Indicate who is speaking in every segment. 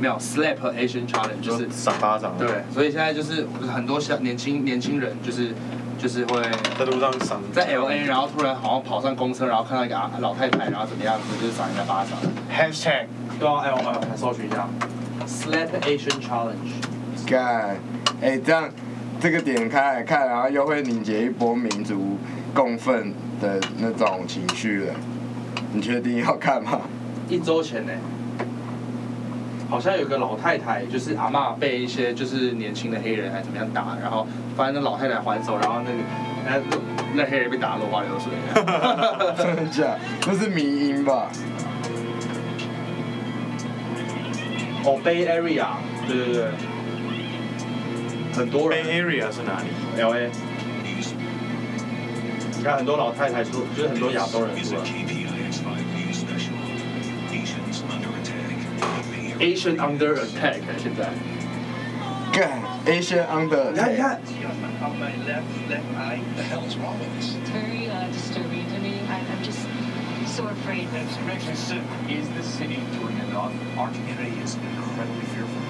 Speaker 1: 没有 slap Asian challenge，就
Speaker 2: 就是是赏巴掌，
Speaker 1: 对，，所以现在就是很多小年轻年轻人就是就是会
Speaker 2: 在路上赏，
Speaker 1: 在 L A，然后突然好像跑上公车，然后看到一个啊老太太，然后怎么样子，就是赏人家巴掌。
Speaker 3: Hashtag 对啊，哎我哎我搜寻一下
Speaker 1: Slap Asian Challenge，
Speaker 4: 干，哎，这样这个点开来看，然后又会凝结一波民族共愤的那种情绪了。你确定要看吗？
Speaker 1: 一周前呢、好像有个老太太，就是阿嬷被一些就是年轻的黑人还怎么样打，然后反正那老太太还手，然后那个那那黑人被打落花流水。
Speaker 4: 真的假？那是迷音吧？
Speaker 1: 哦，Bay Area，对对 对，很多
Speaker 2: Bay
Speaker 1: 人
Speaker 2: Area 是哪里？
Speaker 1: L A，你看很多老太太出，就是很多亚洲人出来。Asian under attack，现啊在
Speaker 4: 干，Asian under，
Speaker 1: 你看你看，
Speaker 5: very uh, disturbing to me. I, I'm just so afraid.
Speaker 6: Is the city doing enough? Our community is incredibly fearful.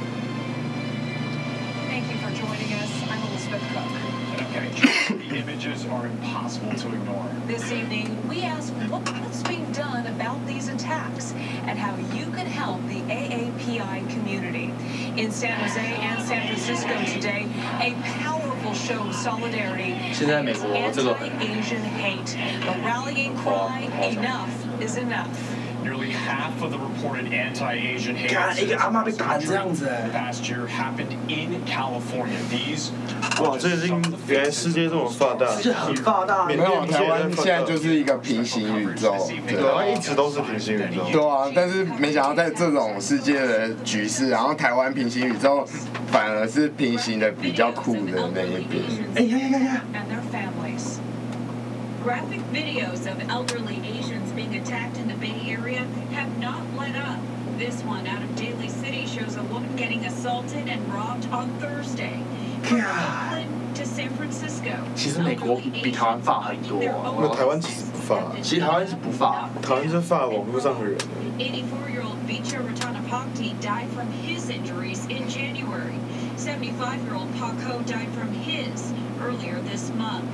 Speaker 5: Thank you for joining us. I'm Elizabeth Cook.
Speaker 6: Okay. the images are impossible to ignore.
Speaker 5: This evening, we ask what, what's being done about these attacks and how you can help the AAPI community. In San Jose and San Francisco today, a powerful show of solidarity.
Speaker 1: 现在美国
Speaker 5: against
Speaker 1: 这个很-
Speaker 5: anti-Asian hate, a rallying cry,
Speaker 1: 夸-夸张。
Speaker 5: enough is enough.
Speaker 6: Nearly half of the reported anti-Asian hate
Speaker 1: 看一个阿嬷被
Speaker 6: incidents
Speaker 1: 打成这样子
Speaker 6: in the
Speaker 1: 哎，
Speaker 6: past year happened in California. These
Speaker 2: 哇，这已经原来世界这么发达，
Speaker 1: 这很发大。
Speaker 4: 没有，台湾现在就是一个平行宇宙，对
Speaker 2: 台啊湾一直都是平行宇宙，
Speaker 4: 对啊，但是没想到在这种世界的局势，然后台湾平行宇宙反而是平行的比较酷的那一边。
Speaker 1: 哎呀呀呀呀！
Speaker 5: and their families. Graphic videos of elderly Asians being attacked in the Bay Area have not let up. This one out of Daly City shows a woman getting assaulted and robbed on Thursday. From Oakland to San Francisco.
Speaker 1: 其实美国
Speaker 5: elderly
Speaker 1: 比台湾法很多啊。
Speaker 5: Asians fighting their own
Speaker 2: 那台湾其实不法，
Speaker 1: 其实台湾是不法，
Speaker 2: 台湾是发网络上的人，
Speaker 5: 84-year-old Beecher Ratanapakti died from his injuries in January. 75-year-old Paco died from his earlier this month.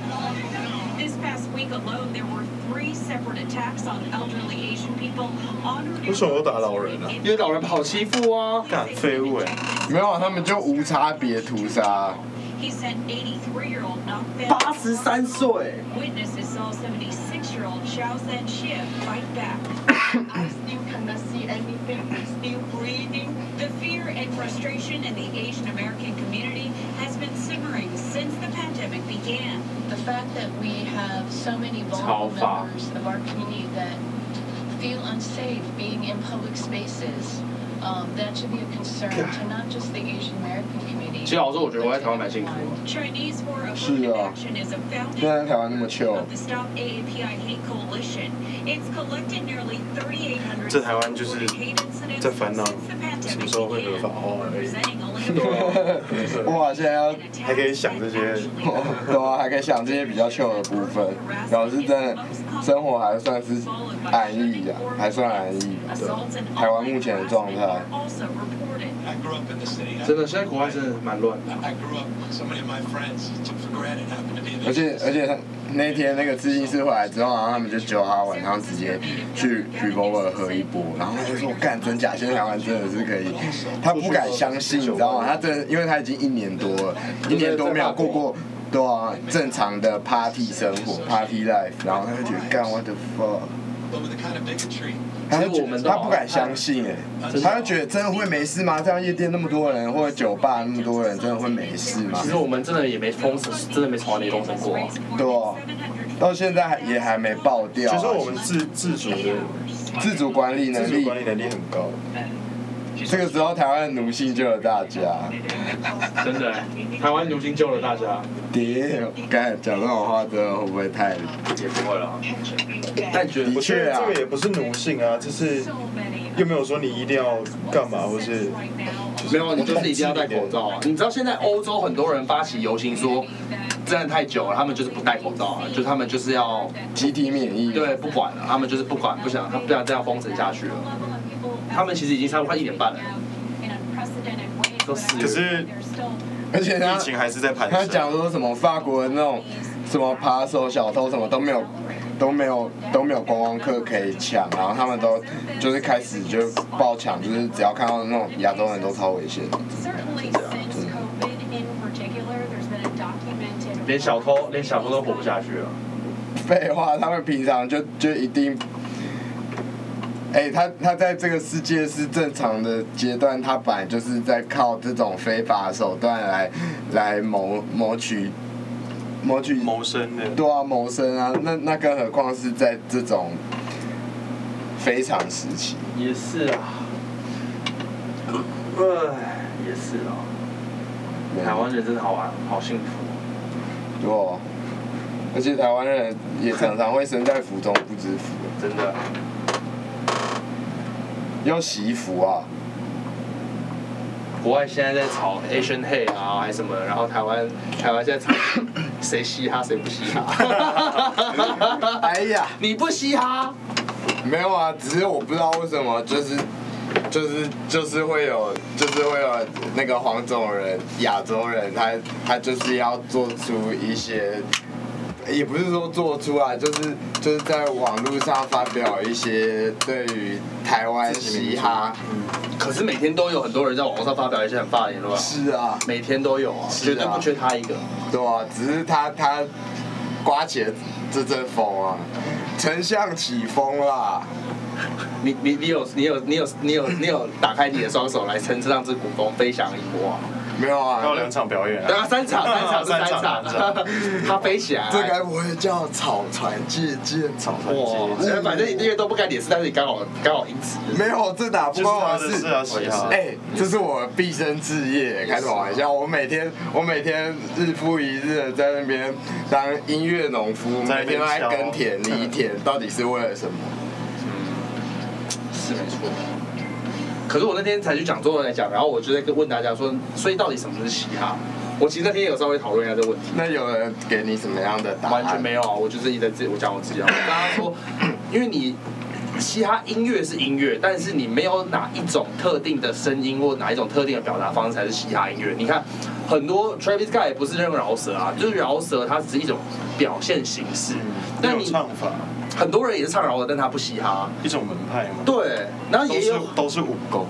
Speaker 5: This past week alone, there were three separate attacks on elderly Asian people on or near
Speaker 2: 为什么要打老人啊？
Speaker 1: 因为老人不好欺负啊。
Speaker 2: 干废物哎，
Speaker 4: 没有，他们就无差别屠杀。
Speaker 5: He said 83-year-old knocked
Speaker 1: 八十三岁，
Speaker 5: Witnesses saw 76-year-old Xiao Zhen Xie fight back.
Speaker 7: I still cannot see anything. I'm still breathing.
Speaker 5: The fear and frustration in the Asian American community has been simmering since the pandemic began.
Speaker 7: The fact that we have so many vulnerable
Speaker 1: Taofa.
Speaker 7: members of our community that feel unsafe being in public spaces, um, that should be a concern to not just the Asian American community.
Speaker 1: 其实老实说，我觉得我在台湾蛮幸福的。
Speaker 5: Chinese war
Speaker 4: Sure.
Speaker 5: affirmative action is a founding
Speaker 4: 现在台湾那么 chill。
Speaker 5: member of the Stop AAPI Hate Coalition. It's collected nearly 3,800
Speaker 2: 这台湾就是
Speaker 5: reported hate incidents
Speaker 2: 在烦恼
Speaker 5: since the pandemic
Speaker 2: 什么时候会合法化而已。
Speaker 5: began, representing a labor-
Speaker 4: 哇，现在要
Speaker 5: and attacks
Speaker 2: 还可以想这些。
Speaker 5: that actually
Speaker 4: 对啊，还可以想这些比较秀的部分，表示真的生活还算是安逸的，还算安逸。
Speaker 5: assaults and
Speaker 4: 台湾目前的状
Speaker 5: online
Speaker 4: 态
Speaker 5: harassment，are also reported.
Speaker 8: I grew up in the city. I-
Speaker 1: 真的，现在国外真的蛮乱的。
Speaker 8: I grew up. So many of my friends took for granted happened to be.
Speaker 4: 而且而且那天那个自信师回来之后，然后他们就揪他晚上直接去 Revolver 喝一波，然后他就说干真假，现在台湾真的是可以，他不敢相信，你知道吗？他真的，因为他已经一年多了，一年多没有过过。对啊，正常的 party 生活，party life，然后他就觉得干 what the fuck，
Speaker 8: But with the kind of bigotry,
Speaker 4: 他就
Speaker 1: 其实我们都
Speaker 4: 他不敢相信哎、他就觉得真的会没事吗？这样夜店那么多人，或者酒吧那么多人，真的会没事吗
Speaker 1: 其？实我们真的也没封锁，真的没从来没封锁过啊。
Speaker 4: 对啊，到现在还也还没爆掉、啊。
Speaker 2: 其实我们自自主的
Speaker 4: 自主管理能
Speaker 2: 自主
Speaker 4: 力，
Speaker 2: 管理能力很高，
Speaker 4: 这个时候台湾的奴性救了大家。
Speaker 1: 真的，台湾牛津救了大家，
Speaker 4: 爹，刚才讲这种话，真的会不会太？
Speaker 1: 也不会了。但觉得
Speaker 4: 的
Speaker 2: 我觉
Speaker 4: 确
Speaker 2: 得
Speaker 4: 啊
Speaker 2: 这个，也不是奴性啊，就是又没有说你一定要干嘛，或是
Speaker 1: 没有，你就是一定要戴口罩啊！你知道现在欧洲很多人发起游行说，真的太久了，他们就是不戴口罩啊，就他们就是要
Speaker 4: 集体免疫。
Speaker 1: 对不管了，他们就是不管，不想他不想这样封城下去了。他们其实已经差不多快一年半了。都四
Speaker 9: 可
Speaker 1: 月。
Speaker 9: 是
Speaker 4: 而且他
Speaker 9: 疫情还是在攀
Speaker 4: 啊他
Speaker 9: 升
Speaker 4: 讲。说什么法国的那种什么扒手小偷什么都没有都没有都没有观光客可以抢，然后他们都就是开始就爆抢，就是只要看到那种亚洲人都超危险的。
Speaker 5: Certainly since COVID in particular, there's been a documented.
Speaker 1: 连小偷，连小偷都活不下去了。
Speaker 4: 废话，他们平常就就一定。哎、他他在这个世界是正常的阶段，他本来就是在靠这种非法手段来来谋谋取谋取
Speaker 2: 谋生的，
Speaker 4: 对啊，谋生啊，那那更何况是在这种非常时期。
Speaker 1: 也是啊，唉，也是啊。台湾人真的好玩，好幸福。
Speaker 4: 对啊，而且台湾人也常常会身在福中不知福，
Speaker 1: 真的，
Speaker 4: 要洗衣服 啊。
Speaker 1: 国外现在在炒 Asian Hay 啊，还是什么，然后台湾台湾现在炒 谁嘻哈谁不嘻哈，
Speaker 4: 哎呀，
Speaker 1: 你不嘻哈，
Speaker 4: 没有啊，只是我不知道为什么，就是就是就是会有，就是会有那个黄种人、亚洲人，他他就是要做出一些。也不是说做出啊，就是就是在网络上发表一些对于台湾嘻哈，
Speaker 1: 可是每天都有很多人在网络上发表一些很发的言论啊，
Speaker 4: 是啊，
Speaker 1: 每天都有啊，
Speaker 4: 是啊
Speaker 1: 绝对不缺他一个。
Speaker 4: 对啊，只是他他刮起了这阵风啊，丞相起风啦，
Speaker 1: 你你你有你有你有你有你有打开你的双手来撑这让这股风飞翔一波啊！
Speaker 4: 没有啊，
Speaker 2: 还有两场表演
Speaker 1: 对
Speaker 2: 啊，
Speaker 1: 啊，三场三场是三
Speaker 2: 三场
Speaker 1: 场，它飞起
Speaker 2: 哎
Speaker 1: 来。啊
Speaker 4: 这该不会叫草船借箭草船
Speaker 1: 哇，现在哎反正音乐都不干你的事，但是你刚好刚好因此
Speaker 4: 没有，这哪不
Speaker 2: 就是
Speaker 4: 关
Speaker 2: 他
Speaker 4: 我
Speaker 2: 的
Speaker 4: 的
Speaker 2: 事
Speaker 4: 事
Speaker 2: 啊，嘻哈。
Speaker 4: 哎、这是我毕生志业，开什么玩笑？我每天我每天日复一日的在那边当音乐农夫，
Speaker 2: 在那
Speaker 4: 每
Speaker 2: 边
Speaker 4: 天都在
Speaker 2: 敲
Speaker 4: 耕田、犁田，到底是为了什么？
Speaker 1: 是没错。可是我那天才去讲座来讲，然后我就在跟问大家说，所以到底什么是嘻哈？我其实那天也有稍微讨论一下这个问题。
Speaker 4: 那有人给你什么样的答案？
Speaker 1: 完全没有啊，我就是一直在自己我讲我自己啊。我跟他说，因为你嘻哈音乐是音乐，但是你没有哪一种特定的声音或哪一种特定的表达方式才是嘻哈音乐。你看很多 Travis Scott 也不是那种饶舌啊，就是饶舌它只是一种表现形式。但
Speaker 2: 那种
Speaker 1: 你
Speaker 2: 唱法，
Speaker 1: 很多人也是唱饶舌，但他不嘻哈。
Speaker 2: 一种门派嘛，
Speaker 1: 对，然后
Speaker 2: 都
Speaker 1: 也
Speaker 2: 是
Speaker 1: 有
Speaker 2: 都是武功，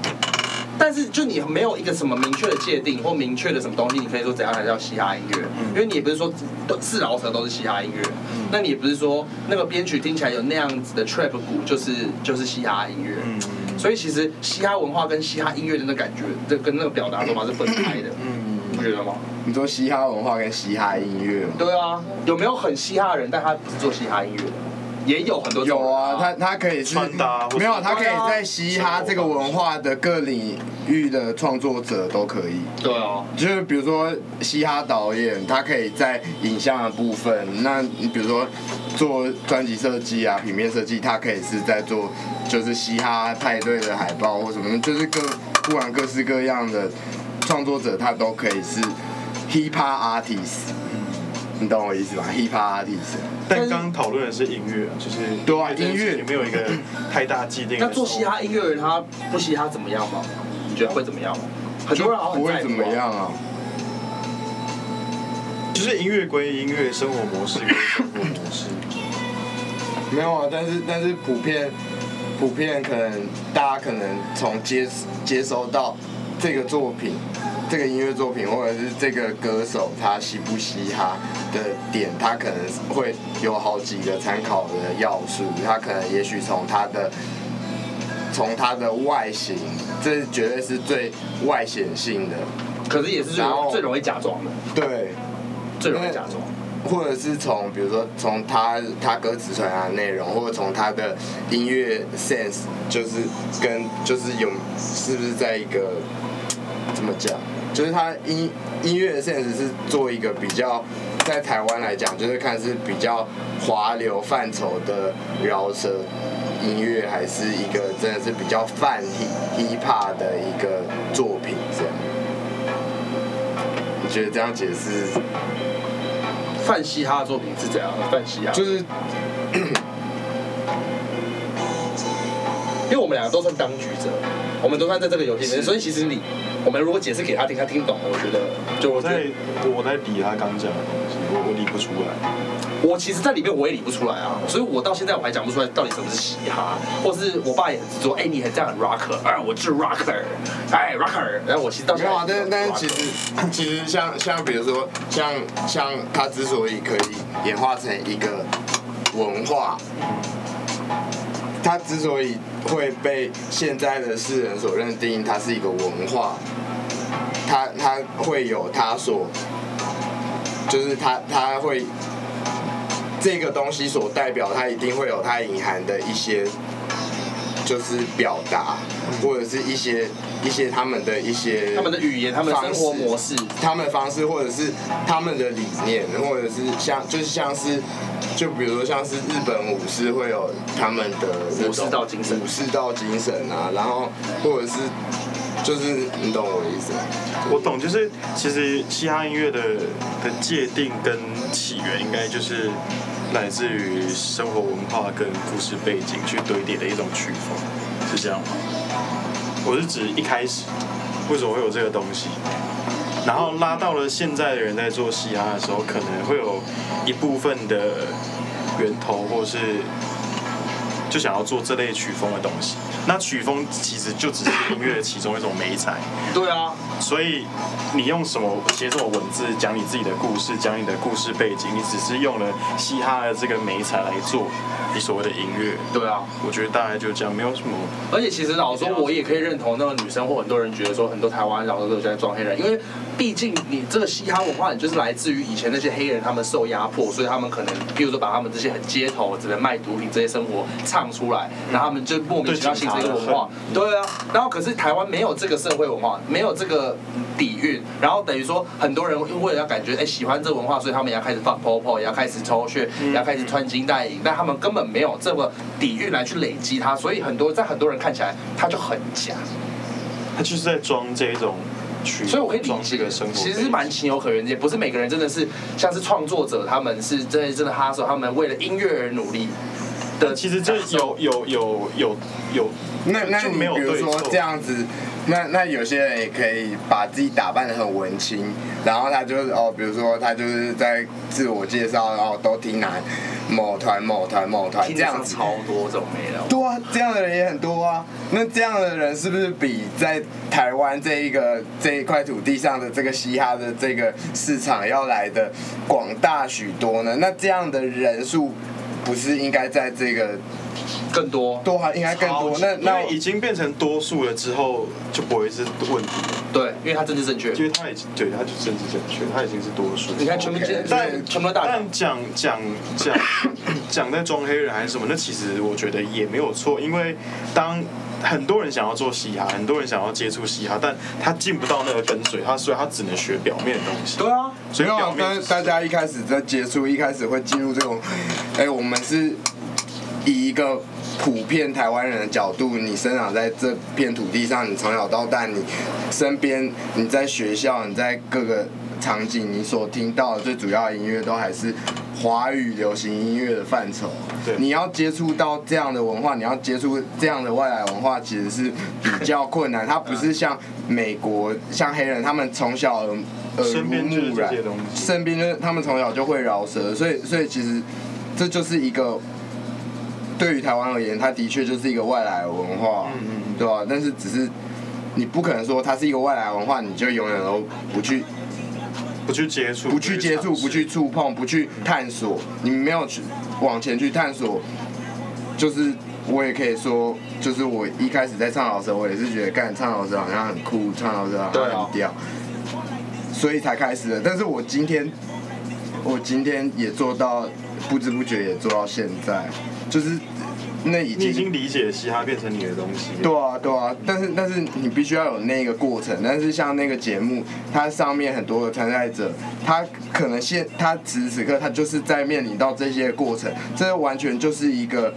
Speaker 1: 但是就你没有一个什么明确的界定或明确的什么东西，你可以说怎样才叫嘻哈音乐？
Speaker 4: 嗯
Speaker 1: 因为你也不是说都是饶舌都是嘻哈音乐，那你也不是说那个编曲听起来有那样子的 trap 鼓就是就是嘻哈音乐。
Speaker 2: 嗯，
Speaker 1: 所以其实嘻哈文化跟嘻哈音乐的那感觉，这跟那个表达手法是分开的，
Speaker 2: 嗯，
Speaker 1: 你不觉得吗？
Speaker 4: 你说嘻哈文化跟嘻哈音乐吗？
Speaker 1: 对啊，有没有很嘻哈的人，但他不是做嘻哈音乐的？也有很多这种
Speaker 4: 有
Speaker 1: 人
Speaker 4: 啊，他他可以是
Speaker 2: 穿搭或是
Speaker 4: 没有，他可以在嘻哈这个文化的各领域的创作者都可以。
Speaker 1: 对啊，
Speaker 4: 就是比如说嘻哈导演，他可以在影像的部分，那你比如说做专辑设计啊、平面设计，他可以是在做就是嘻哈派对的海报或什么，就是各不管各式各样的创作者，他都可以是 hip hop artist，你懂我意思吧？hip hop artist，
Speaker 2: 但刚刚讨论的是音乐啊，就是
Speaker 4: 对啊音乐
Speaker 2: 也没有一个太大既定的
Speaker 1: 那
Speaker 2: 说。
Speaker 1: 做嘻哈音乐的人他不嘻哈怎么样吗？你觉得会怎么样吗？很多人好像
Speaker 4: 不
Speaker 1: 很在
Speaker 4: 会
Speaker 1: 乎啊
Speaker 4: 怎么样啊。
Speaker 2: 就是音乐归音乐，生活模式归生活模式。
Speaker 4: 没有啊，但是但是普遍普遍可能大家可能从接接收到这个作品，这个音乐作品或者是这个歌手他嘻不嘻哈的点，他可能会有好几个参考的要素，他可能也许从他的从他的外形，这绝对是最外显性的，
Speaker 1: 可是也是最
Speaker 4: 然后
Speaker 1: 最容易假装的，
Speaker 4: 对，
Speaker 1: 最容易假装。
Speaker 4: 或者是从比如说从他他歌词传达的内容，或者从他的音乐 sense，就是跟就是有是不是在一个怎么讲，就是他音音乐的 sense 是做一个比较在台湾来讲，就是看是比较华流范畴的饶舌音乐，还是一个真的是比较泛 hip hip hop 的一个作品这样。你觉得这样解释
Speaker 1: 泛嘻哈的作品是怎样的？泛嘻哈
Speaker 4: 就
Speaker 1: 就是
Speaker 4: 是
Speaker 1: 因为我们两个都算当局者，我们都算在这个游戏里面，所以其实你我们如果解释给他听，他听懂了，我觉得就
Speaker 3: 我
Speaker 1: 我觉
Speaker 3: 在
Speaker 1: 得
Speaker 3: 我在理他刚讲的东西，我我理不出来。
Speaker 1: 我其实，在里面我也理不出来啊，所以我到现在我还讲不出来到底什么是嘻哈，或是我爸也是说，哎、你很像很 rocker，哎、我是 rocker，哎、rocker，然后我其实到
Speaker 4: 没
Speaker 1: 现在
Speaker 4: 有啊，但是但是
Speaker 1: rocker
Speaker 4: 其实 其实像像比如说像像它之所以可以演化成一个文化，它之所以会被现在的世人所认定它是一个文化，它它会有它所，就是它它会这个东西所代表，它一定会有它隐含的一些就是表达，或者是一些一些他们的一些
Speaker 1: 他们的语言，他们的生活模式，
Speaker 4: 他们的方式，或者是他们的理念，或者是像就是像是，就比如说像是日本武士会有他们的那种
Speaker 1: 武士道精神
Speaker 4: 武士道精神啊，然后或者是就是你懂我的意思吗？
Speaker 2: 我懂，就是其实嘻哈音乐的的界定跟起源，应该就是来自于生活文化跟故事背景去堆叠的一种曲风，是这样吗？我是指一开始为什么会有这个东西，然后拉到了现在的人在做嘻哈的时候，可能会有一部分的源头或是就想要做这类曲风的东西。那曲风其实就只是音乐的其中一种美材。
Speaker 1: 对啊，
Speaker 2: 所以你用什么写什么文字讲你自己的故事，讲你的故事背景，你只是用了嘻哈的这个美材来做你所谓的音乐。
Speaker 1: 对啊。
Speaker 2: 我觉得大概就这样，没有什么。
Speaker 1: 而且其实老实说，我也可以认同那个女生或很多人觉得说，很多台湾饶舌歌手在装黑人，因为毕竟你这个嘻哈文化，你就是来自于以前那些黑人他们受压迫，所以他们可能，比如说把他们这些很街头只能卖毒品这些生活唱出来，然后他们就莫名其妙形成一个文化。对啊，然后可是台湾没有这个社会文化，没有这个底蕴，然后等于说很多人为了要感觉哎、喜欢这文化，所以他们也要开始放 popo，也要开始抽血，也要开始穿金戴银，但他们根本没有这个底蕴来去累积它，所以很多在很多人看起来它就很假，
Speaker 2: 他就是在装这一种曲，
Speaker 1: 所以我可以理
Speaker 2: 装这
Speaker 1: 解
Speaker 2: 个生活，背景，
Speaker 1: 其实是蛮情有可原的，也不是每个人真的是像是创作者，他们是真的真的哈手，他们为了音乐而努力的，
Speaker 2: 其实这有有有有有，
Speaker 4: 那那
Speaker 2: 就
Speaker 4: 你
Speaker 2: 没有
Speaker 4: 比如
Speaker 2: 对
Speaker 4: 说
Speaker 2: 错
Speaker 4: 这样子，那那有些人也可以把自己打扮的很文青，然后他就是哦，比如说他就是在自我介绍，然后都听哪某团某团某团
Speaker 1: 听
Speaker 4: 这
Speaker 1: 得
Speaker 4: 样
Speaker 1: 上
Speaker 4: 子，
Speaker 1: 超多种没了。
Speaker 4: 对啊，这样的人也很多啊。那这样的人是不是比在台湾这一个这一块土地上的这个嘻哈的这个市场要来的广大许多呢？那这样的人数不是应该在这个
Speaker 1: 更多，
Speaker 4: 多还应该更多？那
Speaker 2: 因
Speaker 4: 那
Speaker 2: 为已经变成多数了之后，就不会是问题了，
Speaker 1: 对，因为它政治正确
Speaker 2: 因。为他已经对他就政治正确，他已经是多数。
Speaker 1: 你看全部
Speaker 4: OK，
Speaker 1: 全
Speaker 2: 但
Speaker 1: 全部都大
Speaker 2: 但讲讲 讲讲在装黑人还是什么，那其实我觉得也没有错，因为当很多人想要做嘻哈，很多人想要接触嘻哈，但他进不到那个跟随，他所以他只能学表面的东西。
Speaker 1: 对啊，
Speaker 2: 所以
Speaker 4: 没
Speaker 2: 表
Speaker 4: 有啊，但
Speaker 2: 面
Speaker 4: 是大家一开始在接触，一开始会进入这种，哎、我们是以一个普遍台湾人的角度，你生长在这片土地上，你从小到大，你身边，你在学校，你在各个场景，你所听到的最主要的音乐都还是华语流行音乐的范畴。
Speaker 2: 对
Speaker 4: 你要接触到这样的文化，你要接触这样的外来文化，其实是比较困难。它不是像美国、像黑人，他们从小呃耳耳濡
Speaker 2: 身边就是
Speaker 4: 目
Speaker 2: 这
Speaker 4: 染
Speaker 2: 些东，西
Speaker 4: 身边就是他们从小就会饶舌，所以所以其实这就是一个对于台湾而言，它的确就是一个外来的文化，
Speaker 2: 嗯嗯嗯
Speaker 4: 对吧、但是只是你不可能说它是一个外来文化，你就永远都不去
Speaker 2: 不去接触，
Speaker 4: 不去接触、
Speaker 2: 尝试
Speaker 4: 不去触碰、不去探索，你没有去往前去探索，就是我也可以说，就是我一开始在唱老师，我也是觉得干唱老师好像很酷，唱老师好
Speaker 1: 对啊
Speaker 4: 像很屌，所以才开始的。但是我今天，我今天也做到，不知不觉也做到现在，就是那已
Speaker 2: 你已
Speaker 4: 经
Speaker 2: 经理解嘻哈变成你的东西了。
Speaker 4: 对啊，对啊，但是但是你必须要有那个过程。但是像那个节目，它上面很多的参赛者，他可能现他此时此刻他就是在面临到这些过程，这完全就是一个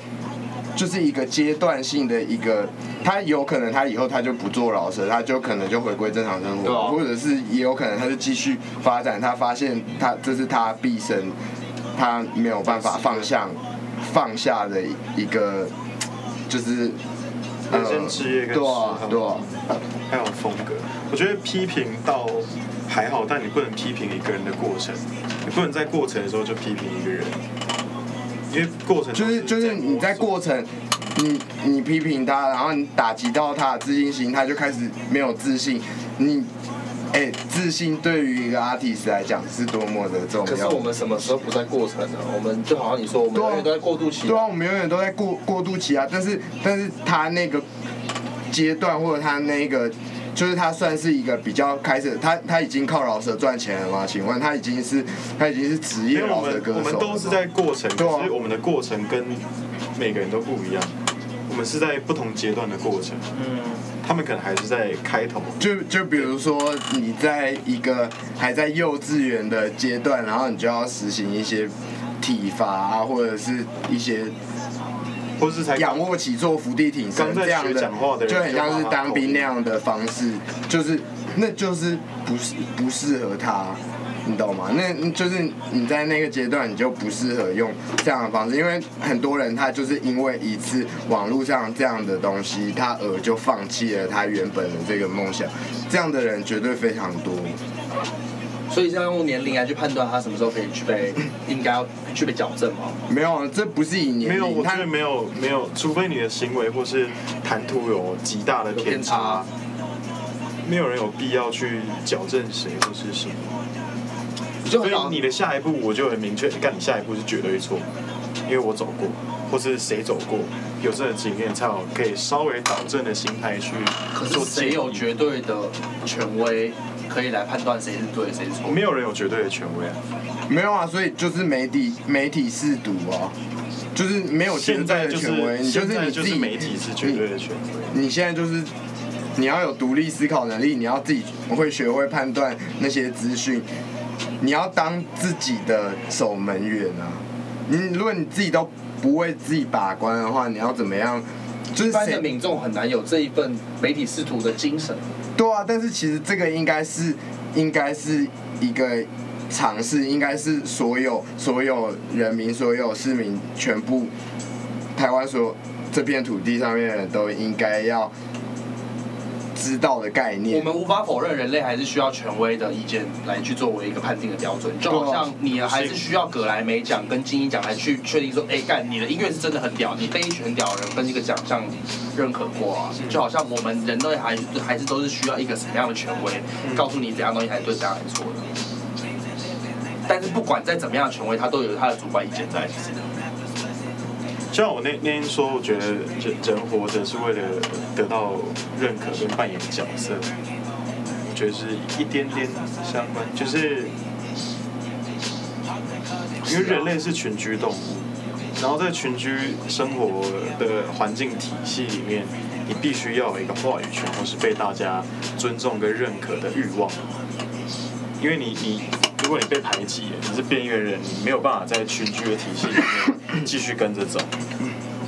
Speaker 4: 就是一个阶段性的一个，他有可能他以后他就不做老师，他就可能就回归正常生活，
Speaker 1: 对啊
Speaker 4: 或者是也有可能他就继续发展，他发现他这是他毕生他没有办法放下放下的一个就是。
Speaker 2: 人生职业跟
Speaker 4: 对啊
Speaker 2: 嗯嗜好，
Speaker 4: 对啊，
Speaker 2: 还有风格，我觉得批评到还好，但你不能批评一个人的过程，你不能在过程的时候就批评一个人，因为过程
Speaker 4: 就是就是你在过程，你你批评他，然后你打击到他的自信心，他就开始没有自信。你哎、自信对于一个 artist 来讲是多么的重
Speaker 1: 可是
Speaker 4: 要
Speaker 1: 我。们什么时候不在过程呢？我们就好像你说，我们
Speaker 4: 对啊
Speaker 1: 永远都在过渡期
Speaker 4: 对。啊，我们永远都在过过渡期啊，但是但是他那个阶段或者他那个。就是他算是一个比较开始，他他已经靠饶舌赚钱了吗？请问他已经是他已经是职
Speaker 2: 因
Speaker 4: 业
Speaker 2: 为我
Speaker 4: 饶舌
Speaker 2: 们
Speaker 4: 歌手
Speaker 2: 我
Speaker 4: 了吗
Speaker 2: 们都是在过程，
Speaker 4: 对啊
Speaker 2: 可是我们的过程跟每个人都不一样，我们是在不同阶段的过程，
Speaker 1: 嗯，
Speaker 2: 他们可能还是在开头，
Speaker 4: 就就比如说你在一个还在幼稚园的阶段，然后你就要实行一些体罚啊，或者是一些
Speaker 2: 或是才
Speaker 4: 仰卧起坐、伏地挺身
Speaker 2: 刚在
Speaker 4: 这
Speaker 2: 学
Speaker 4: 样的
Speaker 2: 讲话的，人
Speaker 4: 就很像是当兵
Speaker 2: 就
Speaker 4: 那
Speaker 2: 骂他
Speaker 4: 样的方式，就是那就是不适不适合他，你懂吗？那就是你在那个阶段你就不适合用这样的方式，因为很多人他就是因为一次网络上这样的东西，他而就放弃了他原本的这个梦想，这样的人绝对非常多。
Speaker 1: 所以是要用年龄来去判断他什么时候可以去被应该要去被矫正 吗？
Speaker 4: 没有，啊这不是以年
Speaker 2: 没有，
Speaker 4: 龄，
Speaker 2: 我觉
Speaker 4: 他
Speaker 2: 得没有没有，除非你的行为或是谈吐有极大的
Speaker 1: 有偏
Speaker 2: 偏
Speaker 1: 差
Speaker 2: 差，没有人有必要去矫正谁或是什么。
Speaker 1: 就
Speaker 2: 所
Speaker 1: 很
Speaker 2: 以
Speaker 1: 少
Speaker 2: 你的下一步我就很明确，干你下一步是绝对错，因为我走过，或是谁走过，有这种经验才有可以稍微导正的心态去
Speaker 1: 可
Speaker 2: 做
Speaker 1: 是
Speaker 2: 建
Speaker 1: 谁有
Speaker 2: 议。
Speaker 1: 绝对的权威可以来判断谁是对谁是错？
Speaker 2: 没有人有绝对的权威啊！
Speaker 4: 没有啊，所以就是媒体媒体试毒啊，就是没有绝
Speaker 2: 现
Speaker 4: 对
Speaker 2: 在
Speaker 4: 的
Speaker 2: 就
Speaker 4: 权威，
Speaker 2: 是
Speaker 4: 你
Speaker 2: 现在
Speaker 4: 你
Speaker 2: 就
Speaker 4: 自
Speaker 2: 是
Speaker 4: 己
Speaker 2: 媒体是绝对的权威。啊
Speaker 4: 你现在就是你要有独立思考能力，你要自己会学会判断那些资讯，你要当自己的守门员啊。你如果你自己都不为自己把关的话，你要怎么样？就是
Speaker 1: 一般的
Speaker 4: 谁
Speaker 1: 民众很难有这一份媒体试图的精神。
Speaker 4: 对啊，但是其实这个应该是应该是一个尝试，应该是所有所有人民、所有市民、全部台湾所有这片土地上面的人都应该要知道的概
Speaker 1: 我
Speaker 4: 念。
Speaker 1: 们无法否认，人类还是需要权威的意见来去作为一个判定的标准，就好像你还是需要葛莱美奖跟金鹰奖来去确定说，哎、干你的音乐是真的很屌，哎你被一群很屌的人跟一个奖项认可过啊。就好像我们人类还是还是都是需要一个什么样的权威，告诉你怎样东西才对，怎样才错的。但是不管再怎么样的权威，他都有他的主观意见在。
Speaker 2: 就像我那那天说，我觉得人人活着是为了得到认可跟扮演角色，我觉得是一点点相关，就是因为人类是群居动物，然后在群居生活的环境体系里面，你必须要有一个话语权，或是被大家尊重跟认可的欲望。因为你你如果你被排挤了，你是边缘人，你没有办法在群居的体系里面继续跟着走，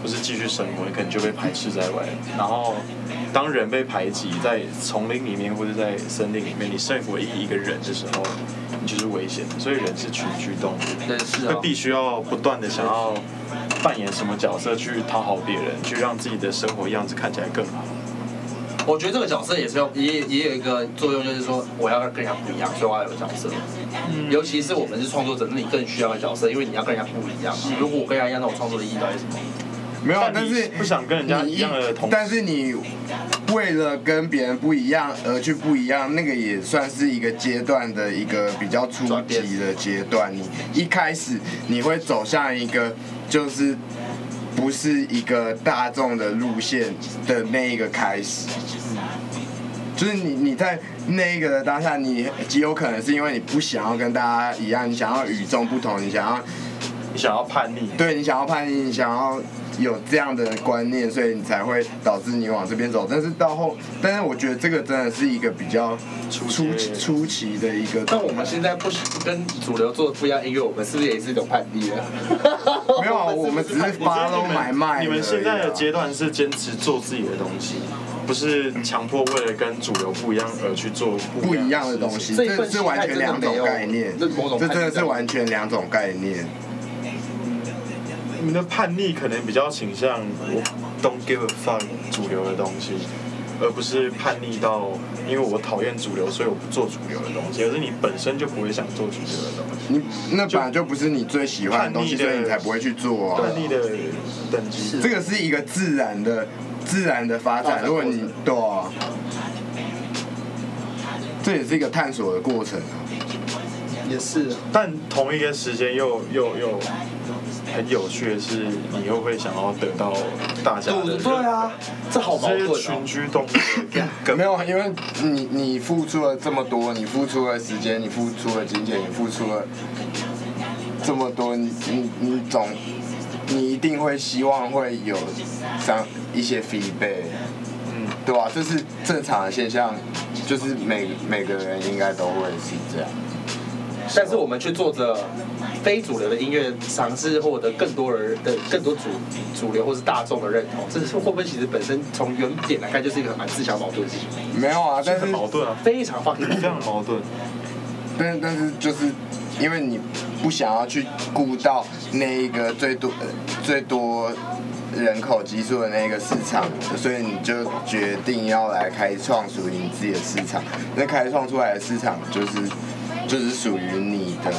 Speaker 2: 或是继续生活，你可能就被排斥在外。然后当人被排挤在丛林里面或者在森林里面，你剩唯一一个人的时候，你就是危险的。所以人是群居动物，
Speaker 1: 真是
Speaker 2: 会
Speaker 1: 啊，
Speaker 2: 必须要不断的想要扮演什么角色去讨好别人，去让自己的生活样子看起来更好。
Speaker 1: 我觉得这个角色也是要也也有一个作用，就是说我要跟人家不一样，所以我要有角色。尤其是我们是创作者，那你更需要的角色，因为你要跟人家不一样。如果我跟人家一样，那我创作的意义到底是什么？
Speaker 4: 没有啊，但
Speaker 2: 你
Speaker 4: 是
Speaker 2: 不想跟人家
Speaker 4: 你
Speaker 2: 一样的同，
Speaker 4: 但是你为了跟别人不一样而去不一样，那个也算是一个阶段的一个比较初
Speaker 1: 转变
Speaker 4: 级的阶段。你一开始你会走向一个就是不是一个大众的路线的那一个开始。就是你你在那一个的当下，你极有可能是因为你不想要跟大家一样，你想要与众不同，你想要
Speaker 2: 你想要叛逆。
Speaker 4: 对你想要叛逆，你想要有这样的观念，所以你才会导致你往这边走。但是到后，但是我觉得这个真的是一个比较
Speaker 2: 初
Speaker 4: 出
Speaker 2: 期
Speaker 4: 出奇的一个。
Speaker 1: 但我们现在不是跟主流做的不一样音乐，我们是不是也是一种叛逆啊？
Speaker 4: 没有啊，我们只是
Speaker 2: 我觉得
Speaker 4: follow
Speaker 2: 你们
Speaker 4: 买卖。
Speaker 2: 你们现在
Speaker 4: 啊
Speaker 2: 的阶段是坚持做自己的东西，不是强迫为了跟主流不一样而去做
Speaker 4: 不
Speaker 2: 不
Speaker 4: 一
Speaker 2: 一
Speaker 4: 样
Speaker 2: 样
Speaker 4: 的东
Speaker 2: 事
Speaker 4: 西，
Speaker 2: 情
Speaker 1: 这一份
Speaker 4: 这是完全两种概念，
Speaker 1: 心态真的没有那某种
Speaker 4: 这真的
Speaker 1: 叛逆
Speaker 4: 是
Speaker 1: 感
Speaker 4: 完全两种概念。
Speaker 2: 你们的叛逆可能比较倾向我 don't give a fuck 主流的东西，而不是叛逆到因为我讨厌主流，所以我不做主流的东西，而是你本身就不会想做主流的东西。
Speaker 4: 你那本来就不是你最喜欢的东西，
Speaker 2: 叛逆
Speaker 4: 所
Speaker 2: 的
Speaker 4: 以你才不会去做啊
Speaker 2: 叛。逆的等级，
Speaker 4: 这个是一个自然的、自然的发
Speaker 1: 发
Speaker 4: 展。
Speaker 1: 展
Speaker 4: 如果
Speaker 1: 过
Speaker 4: 你
Speaker 1: 程
Speaker 4: 对啊，这也是一个探索的过程啊。
Speaker 1: 也是
Speaker 2: 但同一个时间又又又很有趣的是，你又会想要得到大家的认
Speaker 1: 对啊，这好矛
Speaker 2: 这
Speaker 1: 盾
Speaker 2: 些群。
Speaker 1: 哦
Speaker 2: 居动物的根
Speaker 4: 没
Speaker 2: 本
Speaker 4: 有，因为你你付出了这么多，你付出了时间，你付出了金钱，你付出了这么多，你你你总你一定会希望会有像一些 feedback，嗯，对吧、这是正常的现象，就是每每个人应该都会是这样。
Speaker 1: 但是我们去做着非主流的音乐，尝试获得更多人的更多主主流或是大众的认同，这是会不会其实本身从原点来看就是一个蛮自相矛盾的事情，
Speaker 4: 没有啊，但是
Speaker 2: 很矛盾啊，
Speaker 1: 非常 fucking
Speaker 2: 非常矛盾。
Speaker 4: 但是但是就是因为你不想要去顾到那一个最多呃最多人口基数的那个市场，所以你就决定要来开创属于你自己的市场。那开创出来的市场就是就是属于你的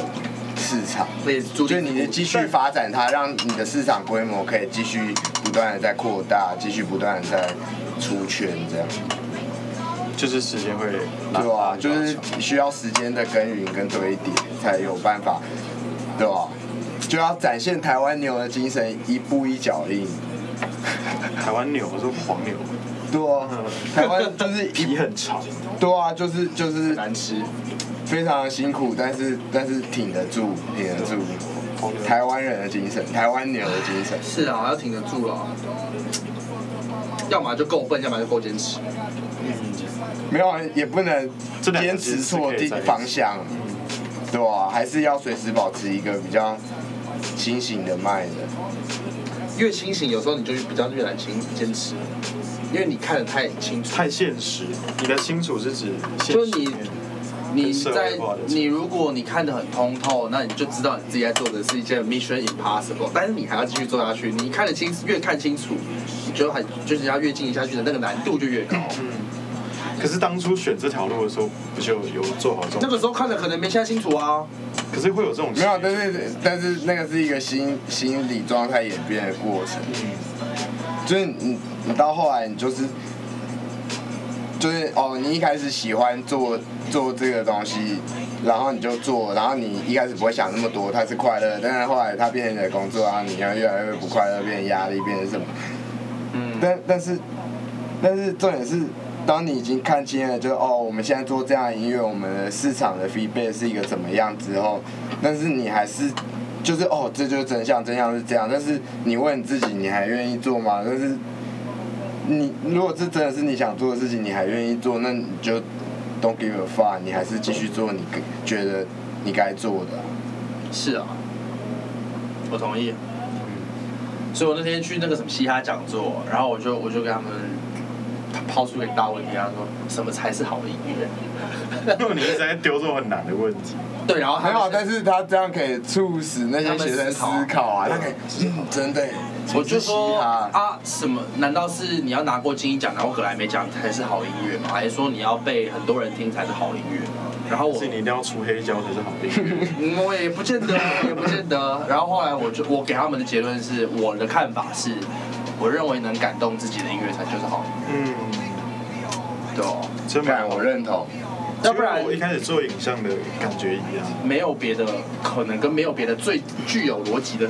Speaker 4: 市场。
Speaker 1: 所以注
Speaker 4: 就
Speaker 1: 定
Speaker 4: 你的继续发展它，让你的市场规模可以继续不断的在扩大，继续不断的在出圈，这样
Speaker 2: 就是时间会拉
Speaker 4: 对啊，
Speaker 2: 拉
Speaker 4: 就
Speaker 2: 比较
Speaker 4: 是
Speaker 2: 长
Speaker 4: 需要时间的耕耘跟堆叠，才有办法，对吧、就要展现台湾牛的精神，一步一脚印，
Speaker 2: 台湾牛是黄牛，
Speaker 4: 对啊，
Speaker 2: 嗯
Speaker 4: 台湾 就是一
Speaker 2: 皮很长，
Speaker 4: 对啊，就是就是
Speaker 1: 难吃。
Speaker 4: 非常辛苦，但是但是挺得住，挺得住。
Speaker 2: 啊
Speaker 4: 台湾人的精神，台湾牛的精神，
Speaker 1: 是啊，要挺得住了。要么就够笨，要么就够坚持。
Speaker 4: 没有啊也不能
Speaker 2: 这两个
Speaker 4: 坚
Speaker 2: 其实是
Speaker 4: 持错
Speaker 2: 可以
Speaker 4: 地
Speaker 2: 在一起嗯
Speaker 4: 方向，对啊，还是要随时保持一个比较清醒的脉的。
Speaker 1: 越清醒，有时候你就比较越难清坚持，因为你看得太清楚。
Speaker 2: 太现实。你的清楚是指现
Speaker 1: 就
Speaker 2: 实
Speaker 1: 你
Speaker 2: 面，
Speaker 1: 你
Speaker 2: 跟社
Speaker 1: 在
Speaker 2: 会化的
Speaker 1: 你如果你看得很通透，那你就知道你自己在做的是一件 mission impossible，但是你还要继续做下去。你看得清，越看清楚，你就很就是要越经营下去的那个难度就越高。
Speaker 2: 嗯可是当初选这条路的时候，不就有做好这种？
Speaker 1: 那个时候看的可能没现在清楚啊。
Speaker 2: 可是会有这种
Speaker 4: 没有，但是但是那个是一个心心理状态演变的过程，就是你你到后来你就是就是哦，你一开始喜欢做做这个东西，然后你就做，然后你一开始不会想那么多，它是快乐的，但是后来它变成你的工作，然后你要越来越不快乐，变成压力，变成什么？嗯，但但是但是重点是，当你已经看清了，就是哦，我们现在做这样的音乐，我们的市场的 feedback 是一个怎么样之后，但是你还是就是哦，这就是真相，真相是这样。但是你问你自己，你还愿意做吗？但是你如果这真的是你想做的事情，你还愿意做，那你就 don't give a fuck，你还是继续做你觉得你该做的啊、
Speaker 1: 是啊，我同意。所以我那天去那个什么嘻哈讲座，然后我就我就跟他们抛出一个大问题，他说什么才是好的音乐？
Speaker 2: 因为你一直在丢这种很难的问题，
Speaker 1: 对，然后他
Speaker 4: 很
Speaker 1: 们
Speaker 4: 好，啊但是他这样可以促使那些学生思考啊，他可以嗯真的耶，
Speaker 1: 我就说
Speaker 4: 啊，
Speaker 1: 啊，什么？难道是你要拿过金鹰奖，然后格莱美奖才是好音乐吗？还是说你要被很多人听才是好音乐？然后我
Speaker 2: 是你一定要出黑胶才是好的。
Speaker 1: 嗯，我也不见得， 也不见得。然后后来我就我给他们的结论是，我的看法是，我认为能感动自己的音乐才就是好音
Speaker 2: 嗯，
Speaker 1: 乐，对哦，
Speaker 2: 真蛮
Speaker 4: 干我认同。
Speaker 1: 要不然
Speaker 2: 其实我一开始做影像的感觉一样，
Speaker 1: 没有别的可能，跟没有别的最具有逻辑的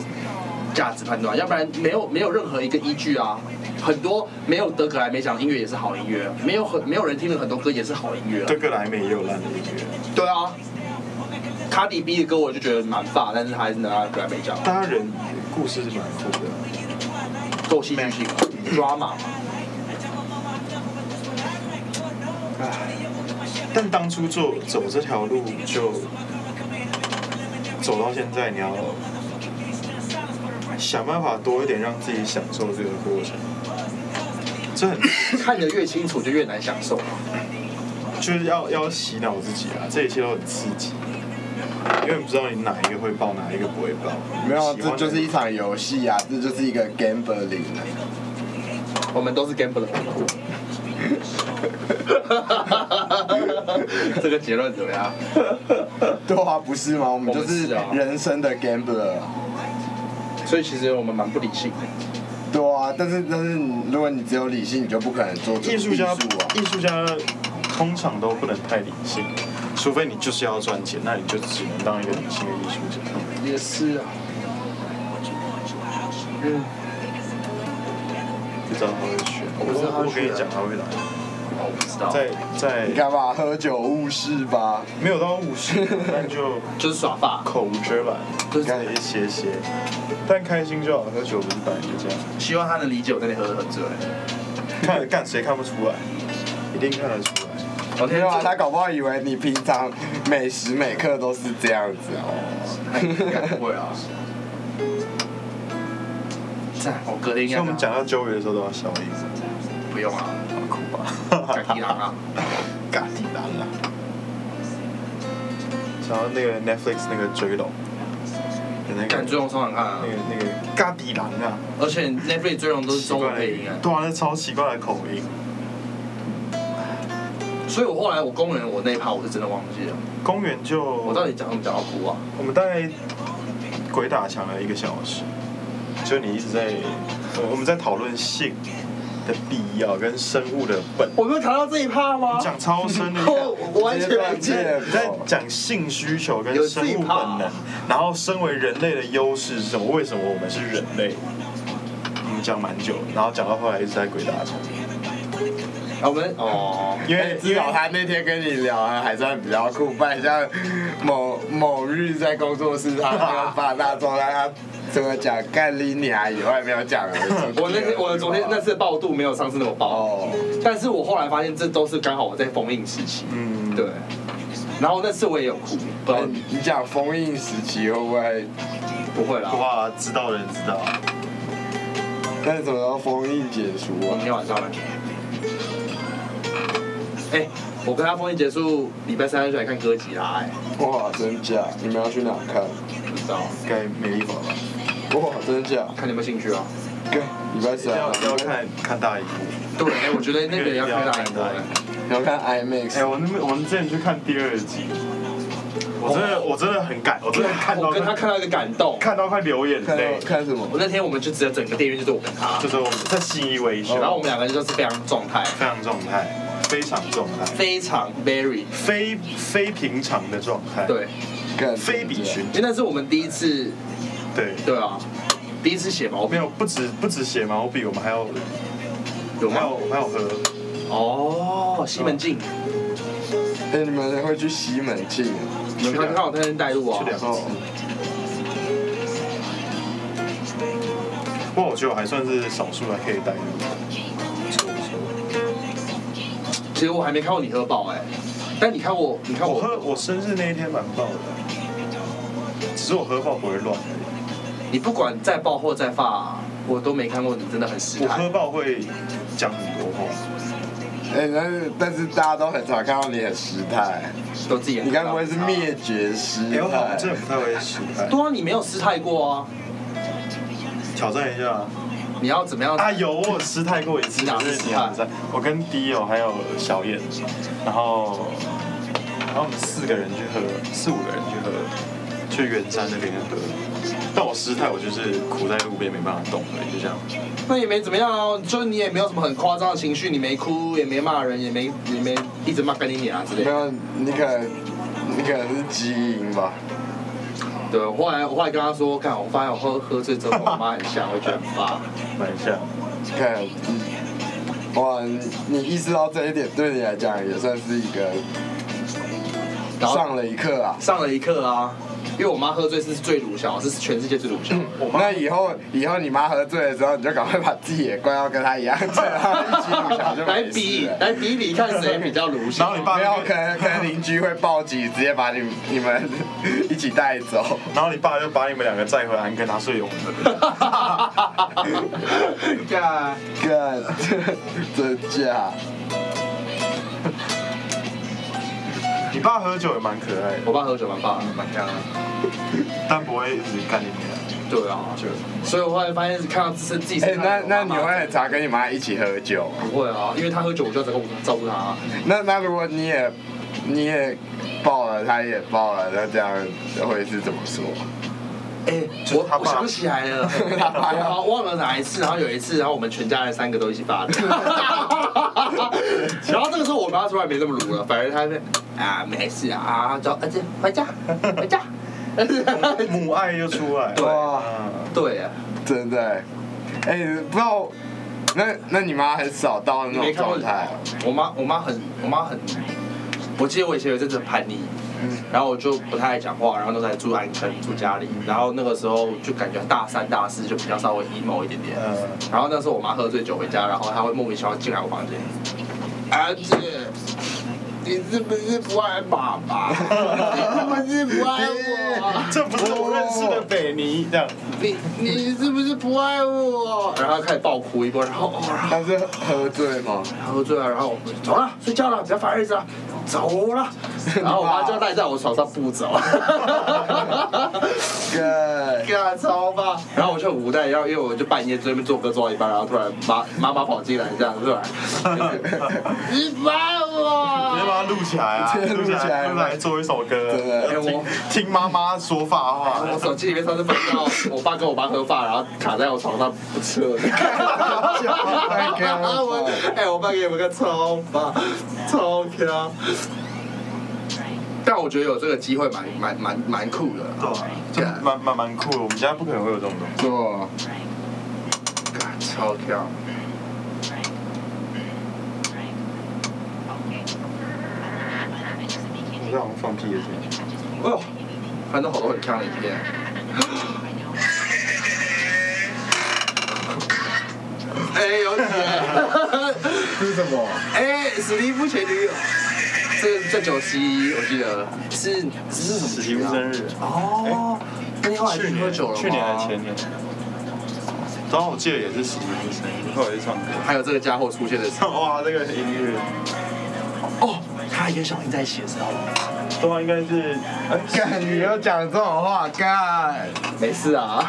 Speaker 1: 价值判断，要不然没有没有任何一个依据啊。很多没有得格莱美奖的音乐也是好音乐，没有很没有人听了很多歌也是好音乐啊、
Speaker 2: 对格莱美也有烂的音乐，
Speaker 1: 对啊，卡迪 B 的歌我就觉得蛮发，但是他还是拿到格莱美奖，
Speaker 2: 当然人故事是蛮酷的，
Speaker 1: 够戏剧性了，drama 嘛。
Speaker 2: 但当初做走这条路就走到现在，你要想办法多一点让自己享受这个过程，这很
Speaker 1: 看得越清楚就越难享受嘛。
Speaker 2: 就是要要洗脑自己啊，这一切都很刺激，因为你不知道你哪一个会爆，哪一个不会爆。
Speaker 4: 没有，
Speaker 2: 喜欢
Speaker 4: 这
Speaker 2: 的
Speaker 4: 就是一场游戏啊，这就是一个 gambling 啊。
Speaker 1: 我们都是 gambler，这个结论怎么样？
Speaker 4: 对啊，不是吗？我们就是
Speaker 1: 我们是啊
Speaker 4: 人生的 gambler 啊。
Speaker 1: 所以其实我们蛮不理性的，
Speaker 4: 对啊，但是但是你如果你只有理性，你就不可能做出
Speaker 2: 艺术家
Speaker 4: 艺术啊。
Speaker 2: 艺术家通常都不能太理性，除非你就是要赚钱，那你就只能当一个理性的艺术家。
Speaker 1: 也是啊。
Speaker 2: 不知道他会选，我
Speaker 1: 知道他会选
Speaker 2: 我跟你讲他会来，
Speaker 1: 我不知道，
Speaker 2: 在在
Speaker 4: 你干嘛喝酒误事吧？
Speaker 2: 没有到五十，但就
Speaker 1: 就是耍发，
Speaker 2: 口无遮拦，就
Speaker 1: 就
Speaker 2: 是是一些些，但开心就好，喝酒不是本来就这样。
Speaker 1: 希望他能理解我那天喝的很醉。
Speaker 2: 看干谁看不出 来，一定看得出来。
Speaker 1: 我
Speaker 4: 没有啊，他搞不好以为你平常每时每刻都是这样子哦。
Speaker 1: 应该不会啊。赞，我隔天应
Speaker 2: 所以
Speaker 1: 该
Speaker 2: 我们讲到周瑜的时候都要笑一下，
Speaker 1: 不用啊，
Speaker 2: 好酷吧？
Speaker 1: 改提郎啊，
Speaker 2: 嘎提郎啊！想到那个 Netflix 那个追龙，有那
Speaker 1: 感
Speaker 2: 个
Speaker 1: 觉我超想看啊
Speaker 2: 那，个那个嘎迪郎啊，
Speaker 1: 而且 Netflix 追龙都是
Speaker 2: 奇
Speaker 1: 中文
Speaker 2: 怪的
Speaker 1: 配
Speaker 2: 语
Speaker 1: 音
Speaker 2: 言
Speaker 1: 啊，，
Speaker 2: 对啊，那超奇怪的口音。
Speaker 1: 所以我后来我公园我那一趴我是真的忘记了，
Speaker 2: 公园就
Speaker 1: 我到底讲怎么讲到哭啊？
Speaker 2: 我们大概鬼打墙了一个小时，就你一直在我我们在讨论性的必要跟生物的本，
Speaker 1: 我没有谈到这一趴吗？
Speaker 2: 讲超深的。
Speaker 1: 我 我完全忘记
Speaker 4: 直接断
Speaker 1: 了。
Speaker 4: 片
Speaker 2: 你在讲性需求跟
Speaker 1: 有
Speaker 2: 生
Speaker 1: 自己
Speaker 2: 物
Speaker 1: 怕
Speaker 2: 本能，然后身为人类的优势是什么？为什么我们是人类？我们讲蛮久，然后讲到后来一直在鬼打墙，
Speaker 1: 啊我们哦，
Speaker 2: 因
Speaker 4: 因为
Speaker 2: 为
Speaker 4: 至
Speaker 2: 因为
Speaker 4: 少他那天跟你聊啊还算比较酷，不然像某某日在工作室，他没有发大招，但他怎么讲干你娘以外没有讲而已。
Speaker 1: 我那天我昨天那次爆度没有上次那么爆，
Speaker 4: 哦，
Speaker 1: 但是我后来发现这都是刚好我在封印时期，
Speaker 2: 嗯，
Speaker 1: 对。然后那次我也有哭，不知道
Speaker 4: 你你讲封印时期会不会？
Speaker 1: 不会啦，
Speaker 2: 哇，知道的人知道，
Speaker 4: 那你怎么时候封印解除
Speaker 1: 我
Speaker 4: 啊
Speaker 1: 明？天晚上来。哎、我跟他封印结束，礼拜三就来看歌集啦、哎，
Speaker 4: 哇，真假？你们要去哪看？
Speaker 1: 不知道，
Speaker 2: 该没丽法吧？
Speaker 4: 哇，真假？
Speaker 1: 看你有没有兴趣啊？
Speaker 4: 干，礼拜三啊
Speaker 2: 要要看看大荧幕。
Speaker 1: 对，哎、我觉得那个也要看大荧幕、哎
Speaker 4: 你要看
Speaker 2: 哎，
Speaker 4: IMAX，
Speaker 2: 我那边我们之前去看第二集，我真的我真的很感，我真的看到
Speaker 1: 我跟他看到一个感动。
Speaker 2: 看到快流眼
Speaker 4: 看
Speaker 2: 泪，
Speaker 4: 看什么？
Speaker 1: 我那天我们就只有整个电影院就是我跟他，
Speaker 2: 就是我们在信义维修，
Speaker 1: 然后我们两个人就是非常状态，
Speaker 2: 非常状态，非常状态。
Speaker 1: 非常 very
Speaker 2: 非非平常的状态，，
Speaker 1: 对，
Speaker 4: 看
Speaker 2: 非比寻
Speaker 1: 因为那是我们第一次，
Speaker 2: 对，
Speaker 1: 对啊，第一次写毛
Speaker 2: 没
Speaker 1: 病
Speaker 2: 有不止不止写毛笔，我们还有
Speaker 1: 有
Speaker 2: 还有
Speaker 1: 吗？
Speaker 2: 我们还有喝，
Speaker 1: 哦，西门庆，
Speaker 4: 哎、你们会去西门庆啊？
Speaker 1: 你们看看我那天带路啊
Speaker 2: 去，两
Speaker 4: 哦
Speaker 2: 次。不过我觉得我还算是少数还可以带入，
Speaker 1: 其实我还没看过你喝爆哎，但你看我，你看
Speaker 2: 我
Speaker 1: 我，
Speaker 2: 喝我生日那一天蛮爆的，只是我喝爆不会乱而已，
Speaker 1: 你不管再爆或再发，我都没看过你，真的很失
Speaker 2: 我喝
Speaker 1: 态。
Speaker 2: 爆会讲很多话，
Speaker 4: 哎、但是但是大家都很少看到你很失态，
Speaker 1: 都自己也
Speaker 4: 你该不会是灭绝师
Speaker 2: 哎，我好
Speaker 4: 态
Speaker 2: 像？真的不太会失败，
Speaker 1: 对啊，你没有失态过啊！
Speaker 2: 挑战一下啊。
Speaker 1: 你要怎么 样？
Speaker 2: 啊，有我有失态过一 次，
Speaker 1: 哪次
Speaker 2: 就是
Speaker 1: 失
Speaker 2: 你
Speaker 1: 态
Speaker 2: 很在，我跟 Dio 还有小燕，然后然后我们四个人去喝，四五个人去喝，去圆山那边喝。但我失态，我就是苦在路边没办法动而已，就这样。
Speaker 1: 那也没怎么样啊，就是你也没有什么很夸张的情绪，你没哭，也没骂人，也没也没一直骂干你娘啊之类
Speaker 4: 没
Speaker 1: 的。
Speaker 4: 有，你可能你可能是基因吧。
Speaker 1: 对，我后来我后来跟他说，干，我发现我喝喝醉之后跟我妈很像，我觉得很发。
Speaker 2: 蛮像，
Speaker 4: 看，嗯哇，你你意识到这一点，对你来讲也算是一个
Speaker 1: 然后
Speaker 4: 上了一课啊。
Speaker 1: 上了一课啊，因为我妈喝醉是最鲁小，是全世界最鲁小的人。
Speaker 4: 那以后以后你妈喝醉的时候，你就赶快把自己也灌到跟她一样，这样一起赌小就
Speaker 1: 来
Speaker 4: 没事
Speaker 1: 比
Speaker 4: 了。
Speaker 1: 来比比看谁比较鲁
Speaker 2: 然
Speaker 1: 小
Speaker 2: 后。你爸
Speaker 4: 没
Speaker 2: 就
Speaker 4: 有，
Speaker 2: 跟
Speaker 4: 可能可能邻居会报警，直接把你你们 一起带走。
Speaker 2: 然后你爸就把你们两个载回安哥他睡我们的。
Speaker 1: 干，
Speaker 4: 干， 真假？
Speaker 2: 你爸喝酒也蛮可爱的，
Speaker 1: 我爸喝酒蛮棒的，蛮香的。
Speaker 2: 但不会一直干你娘。
Speaker 1: 对啊，
Speaker 2: 就
Speaker 1: 所以我后来发现看到自自己
Speaker 4: 哎、
Speaker 1: 身上
Speaker 4: 那
Speaker 1: 有
Speaker 4: 那
Speaker 1: 妈
Speaker 4: 你
Speaker 1: 妈
Speaker 4: 会常跟你妈一起喝酒吗？
Speaker 1: 不会啊，因为他喝酒，我就要照顾照顾他啊。
Speaker 4: 那那如果你也你也爆了，他也爆了，那这样会是怎么说？
Speaker 1: 哎、
Speaker 2: 就是
Speaker 1: 我
Speaker 2: 他
Speaker 1: 我
Speaker 2: 爸
Speaker 1: 想起 来了，我好像忘了哪一次，然后有一次，然后我们全家人三个都一起 发的，然后这个时候我妈突然没那么鲁了，反而她在啊没事啊啊，走，儿子回家回家，
Speaker 2: 母爱又出来。
Speaker 1: 对
Speaker 2: 哇，
Speaker 1: 对，
Speaker 4: 啊
Speaker 1: 啊
Speaker 4: 真的欸，哎、不知道，那那你妈很少到那
Speaker 1: 你没看
Speaker 4: 种
Speaker 1: 过
Speaker 4: 状态哦，
Speaker 1: 我妈我妈很我妈很，我记得我以前有一阵子很叛逆。然后我就不太爱讲话，然后都在住安全住家里，然后那个时候就感觉大三大四就比较稍微 emo 一点点，
Speaker 2: 嗯，
Speaker 1: 然后那时候我妈喝醉酒回家，然后她会莫名其妙进来我房间，儿子，你是不是不爱爸 爸？你是不是不爱我？
Speaker 2: 这不是我认识的北尼，这样
Speaker 1: 你你是不是不爱我？然后她开始爆哭一波，然后哦，然后
Speaker 4: 她是喝醉吗？
Speaker 1: 然后醉了，然后我们走了，睡觉了，不要烦儿子了，走 了。然后我妈就赖在我床上不走，
Speaker 4: 哥，
Speaker 1: 干超吧。然后我就很无奈，然后因为我就半夜在那边做歌做到一半，然后突然妈妈妈跑进来这样，突 然，你不爱我
Speaker 2: 你要把它录起来啊，
Speaker 4: 对
Speaker 2: 录起
Speaker 4: 录起来
Speaker 2: 来，录起来做一首歌。
Speaker 4: 真的
Speaker 1: 哎我
Speaker 2: 听听妈妈说法话。
Speaker 1: 我手机里面上次放到我爸跟我妈喝饭，然后卡在我床上不吃了。 我哎，我爸给你们个超棒，超强。但我觉得有这个机会蛮蛮蛮蛮酷的。
Speaker 2: 对啊，这蛮蛮蛮酷的。我们现在不可能会有这种东西。
Speaker 4: 做
Speaker 1: 干超强。
Speaker 2: 我好像放屁的声音。
Speaker 1: 哎呦，翻到好多很强的影片。 哎、有你哎！
Speaker 4: 是什么？
Speaker 1: 哎、史蒂夫前女友，这个在九十一，我记得是是什么、
Speaker 2: 史蒂夫生日，啊
Speaker 1: 哦，那你后来
Speaker 2: 去
Speaker 1: 去喝酒了
Speaker 2: 年
Speaker 1: 吗？
Speaker 2: 去年还前年，然后我记得也是史蒂夫生日，后来就唱歌。
Speaker 1: 还有这个家伙出现的时候，
Speaker 2: 哇，这个音乐，
Speaker 1: 哦，他还跟小英在一起的时候，
Speaker 2: 对啊，应该是哎，
Speaker 4: 干，你又讲这种话，干，
Speaker 1: 没事啊。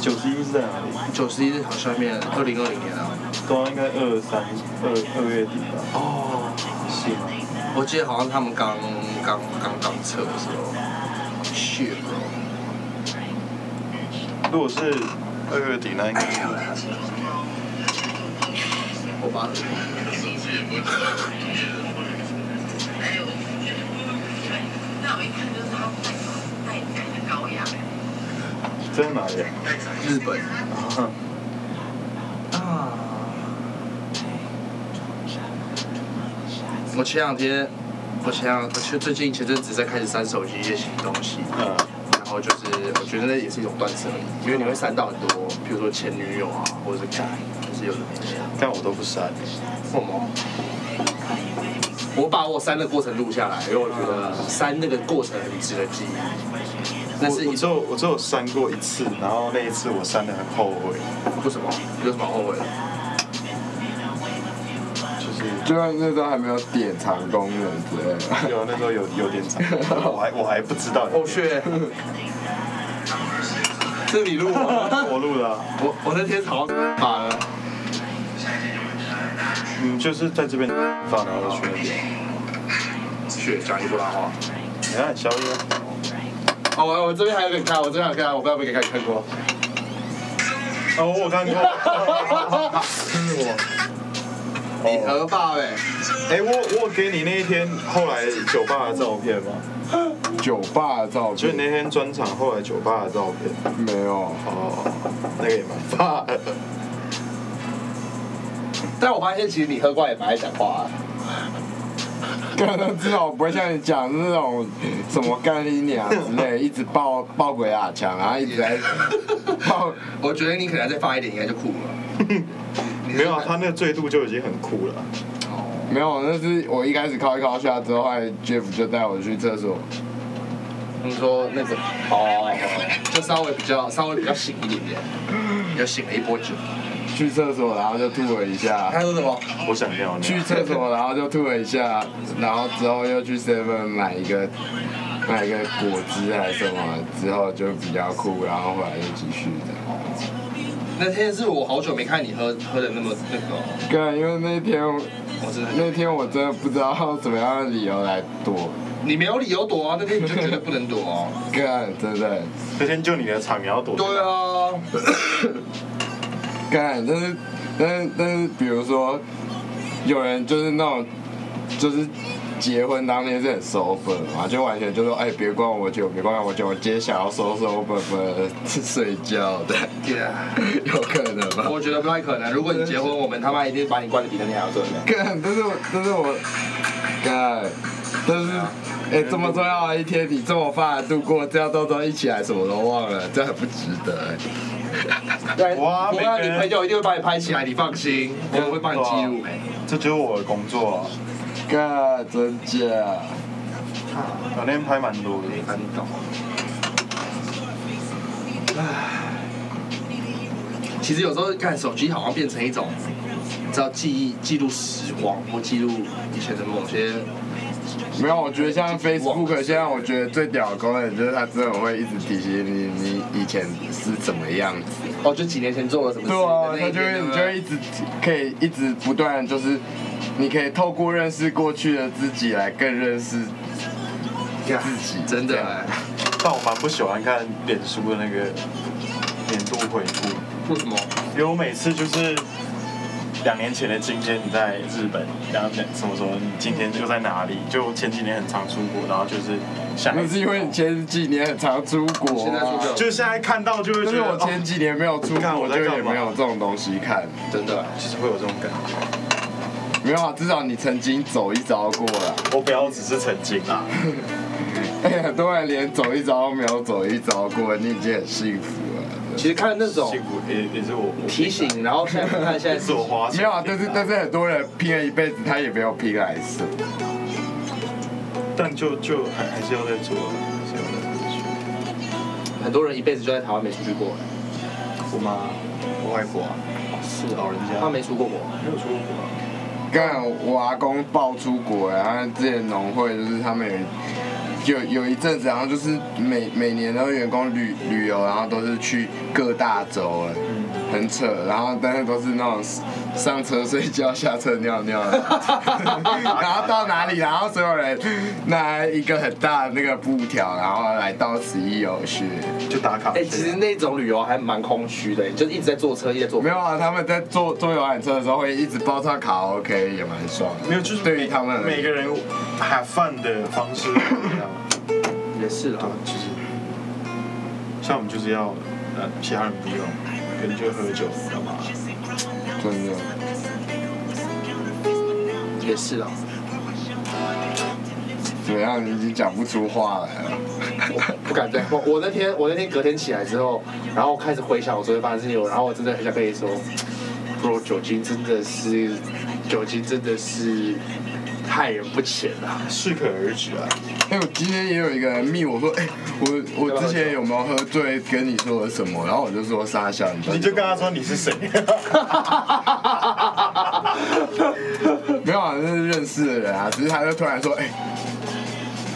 Speaker 2: 九十一是在哪里？
Speaker 1: 九十一好像面二零二零年啊，
Speaker 2: 对啊，应该二三二二月底吧？
Speaker 1: 哦，
Speaker 2: 是吗？
Speaker 1: 我记得好像他们刚刚刚刚测的时候，shit bro，
Speaker 2: 如果是二月底，那应该是
Speaker 1: 我把
Speaker 2: 在哪里啊？
Speaker 1: 日本
Speaker 2: 哼
Speaker 1: 啊，我前两天，我前两，就最近前阵子在开始删手机一些新东西，
Speaker 2: 嗯，
Speaker 1: 然后就是呃我觉得那也是一种断舍离，因为你会删到很多，比如说前女友啊，或者是干，就是有的没的。
Speaker 2: 但我都不删。
Speaker 1: 什么？我把我删的过程录下来，因为我觉得删那个过程很值得记忆。那是
Speaker 2: 我
Speaker 1: 一
Speaker 2: 我只
Speaker 1: 种
Speaker 2: 有我只有删过一次，然后那一次我删的很后悔，
Speaker 1: 为什么？有什么好后悔的？
Speaker 2: 就是
Speaker 4: 就是那时候还没有典藏功能之类的。
Speaker 2: 有那时候有有点 惨，我还我还不知道。
Speaker 1: 哦，去，是你录吗？
Speaker 2: 我录了啊、
Speaker 1: 我我那天好像发了，
Speaker 2: 嗯，就是在这边放，然后去那边。
Speaker 1: 去讲一波拉话。
Speaker 2: 你看宵夜，
Speaker 1: 哦，我我这边还有给你看，我这边还有给你看，我不知道有没有给你看过。
Speaker 2: 哦，我有看过， 是我。
Speaker 1: 你和爸呗，
Speaker 2: 哎、我我有给你那一天后来酒吧的照片吗？
Speaker 4: 酒吧的照
Speaker 2: 就是
Speaker 4: 片
Speaker 2: 那天专场后来酒吧的照片。
Speaker 4: 没有，
Speaker 2: 哦，那个也蛮发的。
Speaker 1: 但我发现其实你喝惯也蛮爱讲话、啊。
Speaker 4: 干都知道我不会像你讲那种什么干你娘之类，一直 爆爆鬼打墙，然后一直在 爆。
Speaker 1: 我觉得你可能再放一点，应该就酷了。
Speaker 2: 没有啊，他那个醉度就已经很酷了。
Speaker 4: 没有，那是我一开始靠一靠下之后，后来 Jeff 就带我去厕所，
Speaker 1: 你说那个哦哦，就稍微比较稍微比较醒一点点，有醒了一波酒。
Speaker 4: 去厕所然后就吐了一下，
Speaker 1: 他说什么？
Speaker 2: 我想尿尿。
Speaker 4: 去厕所然后就吐了一下，然后之后又去 Seven 买一个买一个果汁还是什么，之后就比较酷，然后后来又继续这样。
Speaker 1: 那天是我好久没看你喝喝的那么那个哦，
Speaker 4: 干，啊因为那天
Speaker 1: 我真的
Speaker 4: 那天我真的不知道怎么样的理由来躲，
Speaker 1: 你没有理由躲啊，那天你就绝对不能躲啊。
Speaker 4: 干，真的
Speaker 2: 那天就你的场，你要躲。
Speaker 1: 对。啊，
Speaker 4: 干，但是但是但是，比如说有人就是那种就是。结婚当天是很 sober 嘛，就完全就说，哎、别管我酒，别管我酒，我今天想要 so sober 睡觉的，
Speaker 1: 天啊，
Speaker 4: 有可能吧？
Speaker 1: 我觉得不太可能。如果你结婚，我们他妈一定把你关的比那天还要准的。
Speaker 4: 干，但是我，但是我，干，但是，哎、这么重要的一天，你这么发的度过，这样到时候一起来什么都忘了，这很不值得、
Speaker 1: 对，
Speaker 2: 哇
Speaker 1: 我让
Speaker 2: 每
Speaker 1: 你
Speaker 2: 个人
Speaker 1: 朋友一定会把你拍起来，你放心，我会帮你记录。
Speaker 2: 这就是我的工作啊！
Speaker 4: 干，真假？
Speaker 2: 我那天拍蛮多的，
Speaker 1: 哎那你懂。唉，其实有时候看手机好像变成一种，你知道记忆记录时光或记录以前的某些，
Speaker 4: 没有，我觉得像 Facebook 现在我觉得最屌的功能就是它真的会一直提醒你你以前是怎么样子。
Speaker 1: 哦，就几年前做了什么事
Speaker 4: 对
Speaker 1: 情
Speaker 4: 啊
Speaker 1: 的，那
Speaker 4: 它
Speaker 1: 一
Speaker 4: 就
Speaker 1: 天对
Speaker 4: 会你
Speaker 1: 不
Speaker 4: 就
Speaker 1: 对
Speaker 4: 会一直可以一直不断地就是，你可以透过认识过去的自己来更认识自己，
Speaker 1: 真
Speaker 4: 这
Speaker 1: 的
Speaker 4: 样
Speaker 1: 哎，
Speaker 2: 但我蛮不喜欢看脸书的那个年度回顾。
Speaker 1: 为什么？
Speaker 2: 因为我每次就是两年前的今天你在日本，然后什么时候你今天又在哪里？就前几年很常出国，然后就是下
Speaker 4: 那是因为你前几年很常出国、啊，
Speaker 1: 现在出不了
Speaker 2: 就是现在看到就会
Speaker 4: 但
Speaker 2: 觉
Speaker 4: 是
Speaker 2: 得
Speaker 4: 我前
Speaker 2: 哦
Speaker 4: 几年没有出
Speaker 2: 看
Speaker 4: 国，
Speaker 2: 我在
Speaker 4: 就
Speaker 2: 干嘛
Speaker 4: 也没有这种东西看。
Speaker 1: 真的哎，
Speaker 2: 就是会有这种感觉。
Speaker 4: 没有啊，至少你曾经走一遭过了。
Speaker 2: 我不要只是曾经啦，
Speaker 4: 哎、 很多人连走一遭都没有走一遭过，你已经很幸福了。
Speaker 1: 其实看那种
Speaker 2: 幸福也也是我我
Speaker 1: 提醒，然后现在不看现在
Speaker 2: 也是我花钱订的
Speaker 4: 没有啊，但是但是很多人拼了一辈子，他也没有拼来什么。
Speaker 2: 但就就还还是要再做，还是要再做。
Speaker 1: 很多人一辈子就在台湾没出去过，
Speaker 2: 我妈，我外婆啊，
Speaker 1: 是
Speaker 2: 老人家
Speaker 1: 他没出过国，
Speaker 2: 没有出过国啊。
Speaker 4: 刚我阿公爆出国，然后之前农会就是他们有有有一阵子，然后就是每每年都员工旅旅游，然后都是去各大洲，很扯。然后但是都是那种上车睡觉，下车尿尿，然后到哪里，然后所有人拿一个很大的那个布条，然后来到此一游学。
Speaker 2: 就打卡。
Speaker 1: 哎，其实那种旅游还蛮空虚的，就是一直在坐车，一直在坐
Speaker 4: 没。有啊，他们在坐坐游览车的时候会一直爆唱卡拉 OK，也蛮爽的。
Speaker 2: 没有，就是
Speaker 4: 对于他们而言
Speaker 2: 每个人 have fun 的方式不一样。
Speaker 1: 也是啦
Speaker 2: 对，，就是像我们就是要呃，其他人不用，可能就喝酒干嘛？
Speaker 4: 真的。
Speaker 1: 也是啦。
Speaker 4: 怎么样？你已经讲不出话来了。
Speaker 1: 不敢再碰。我那天我那天隔天起来之后，然后开始回想我昨天发生的事情，然后我真的很想跟你说，bro，酒精真的是，酒精真的是害人不浅啊！
Speaker 2: 适可而止啊。
Speaker 4: 哎、我今天也有一个人密我说，哎、我我之前有没有喝醉跟你说了什么？然后我就说傻笑，你
Speaker 2: 你就跟他说你是谁，
Speaker 4: 没有啊，那是认识的人啊，只是他就突然说，哎、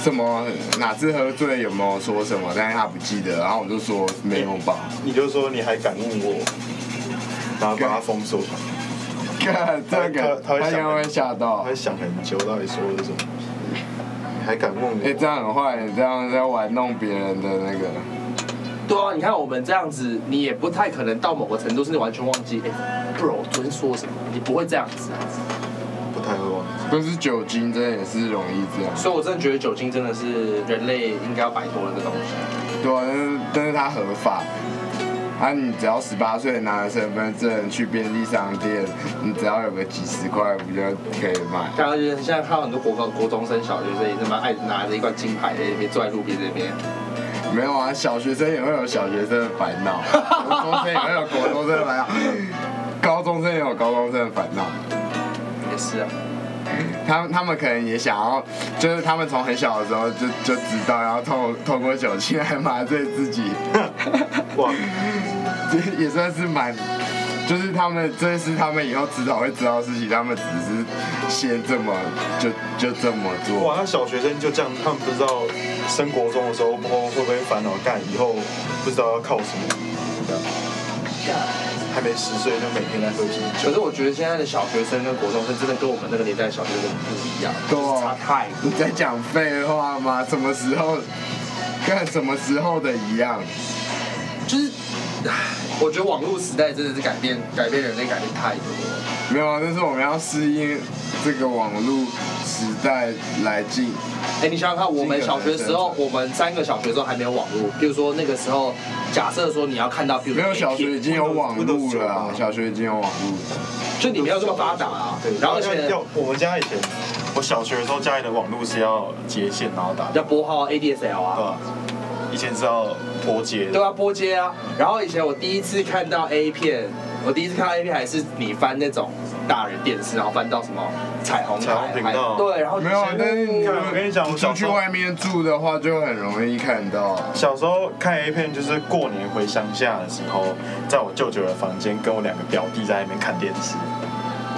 Speaker 4: 什么哪次喝醉有没有说什么？但是他不记得，然后我就说没有吧。
Speaker 2: 你就说你还敢问我，然后把他封锁，
Speaker 4: 看这个，
Speaker 2: 他会
Speaker 4: 他应
Speaker 2: 想
Speaker 4: 该会吓
Speaker 2: 他
Speaker 4: 到
Speaker 2: 会。想很久，到底说了什么？你还敢问我？
Speaker 4: 哎、这样很坏，这样在玩弄别人的那个。
Speaker 1: 对啊，你看我们这样子，你也不太可能到某个程度是你完全忘记，哎、b r o 昨天说什么？你不会这样子啊。
Speaker 2: 不太会忘记。
Speaker 4: 但是酒精真的也是容易这样。
Speaker 1: 所以我真的觉得酒精真的是人类应该要摆脱的一个东西。
Speaker 4: 对啊，但是但是它合法。啊，你只要十八岁拿了身份证去便利商店，你只要有个几十块，不就可以买？
Speaker 1: 刚刚就是现在看到很多国高国中生、小学生也他妈爱拿着一罐金牌在那边坐在路边那边。
Speaker 4: 没有啊，小学生也会有小学生的烦恼，国中生也会有国中生的烦恼，高中生也有高中生的烦恼。
Speaker 1: 也是啊，
Speaker 4: 他们他们可能也想要，就是他们从很小的时候就就知道，然后透透过酒精来麻醉自己，
Speaker 2: 哇，
Speaker 4: 这也算是蛮就是他们这是他们以后迟早会知道的事情，他们只是先这么就就这么
Speaker 2: 哇，
Speaker 4: 做。
Speaker 2: 那小学生就这样，他们不知道升国中的时候不知道会不会烦恼，干以后不知道要靠什么，这样还没十岁就每天来喝啤
Speaker 1: 可
Speaker 2: 酒，
Speaker 1: 是我觉得现在的小学生跟国中生真的跟我们那个年代的小学生不一样，
Speaker 4: 对啊
Speaker 1: 就是差太多
Speaker 4: 你。在讲废话吗？什么时候跟什么时候的一样？
Speaker 1: 就是，唉我觉得网络时代真的是改变改变人类改变太多了。
Speaker 4: 没有，啊但是我们要适应这个网络时代来进。
Speaker 1: 哎，你想想看，我们小学时候，我们三个小学时候还没有网络，比如说那个时候，假设说你要看到，比如
Speaker 4: 没
Speaker 1: 说
Speaker 4: 有小学已
Speaker 1: A 片
Speaker 4: 经有网
Speaker 2: Windows-
Speaker 4: 络
Speaker 2: Windows 九
Speaker 4: 了
Speaker 2: 啊
Speaker 4: 啊，小学已经有网络。
Speaker 1: 就你没有这么发达啊，
Speaker 2: 对，
Speaker 1: 然后而
Speaker 2: 要
Speaker 1: 且
Speaker 2: 要我们家以前，我小学的时候家里的网络是要接线然后打，
Speaker 1: 要拨号 ADSL 啊，
Speaker 2: 对吧？以前是要脱节
Speaker 1: 对
Speaker 2: 的，
Speaker 1: 啊，波接啊。然后以前我第一次看到 A 片，我第一次看到 A 片还是你翻那种大人电视，然后翻到什么彩虹台
Speaker 2: 彩虹频道
Speaker 1: 还对，然后
Speaker 4: 没有，啊但是
Speaker 1: 嗯
Speaker 4: 你
Speaker 2: 看我跟你讲我
Speaker 4: 出
Speaker 2: 小
Speaker 4: 去
Speaker 2: 时候
Speaker 4: 外面住的话，就很容易看到。
Speaker 2: 小时候看 A 片就是过年回乡下的时候，在我舅舅的房间跟我两个表弟在那边看电视，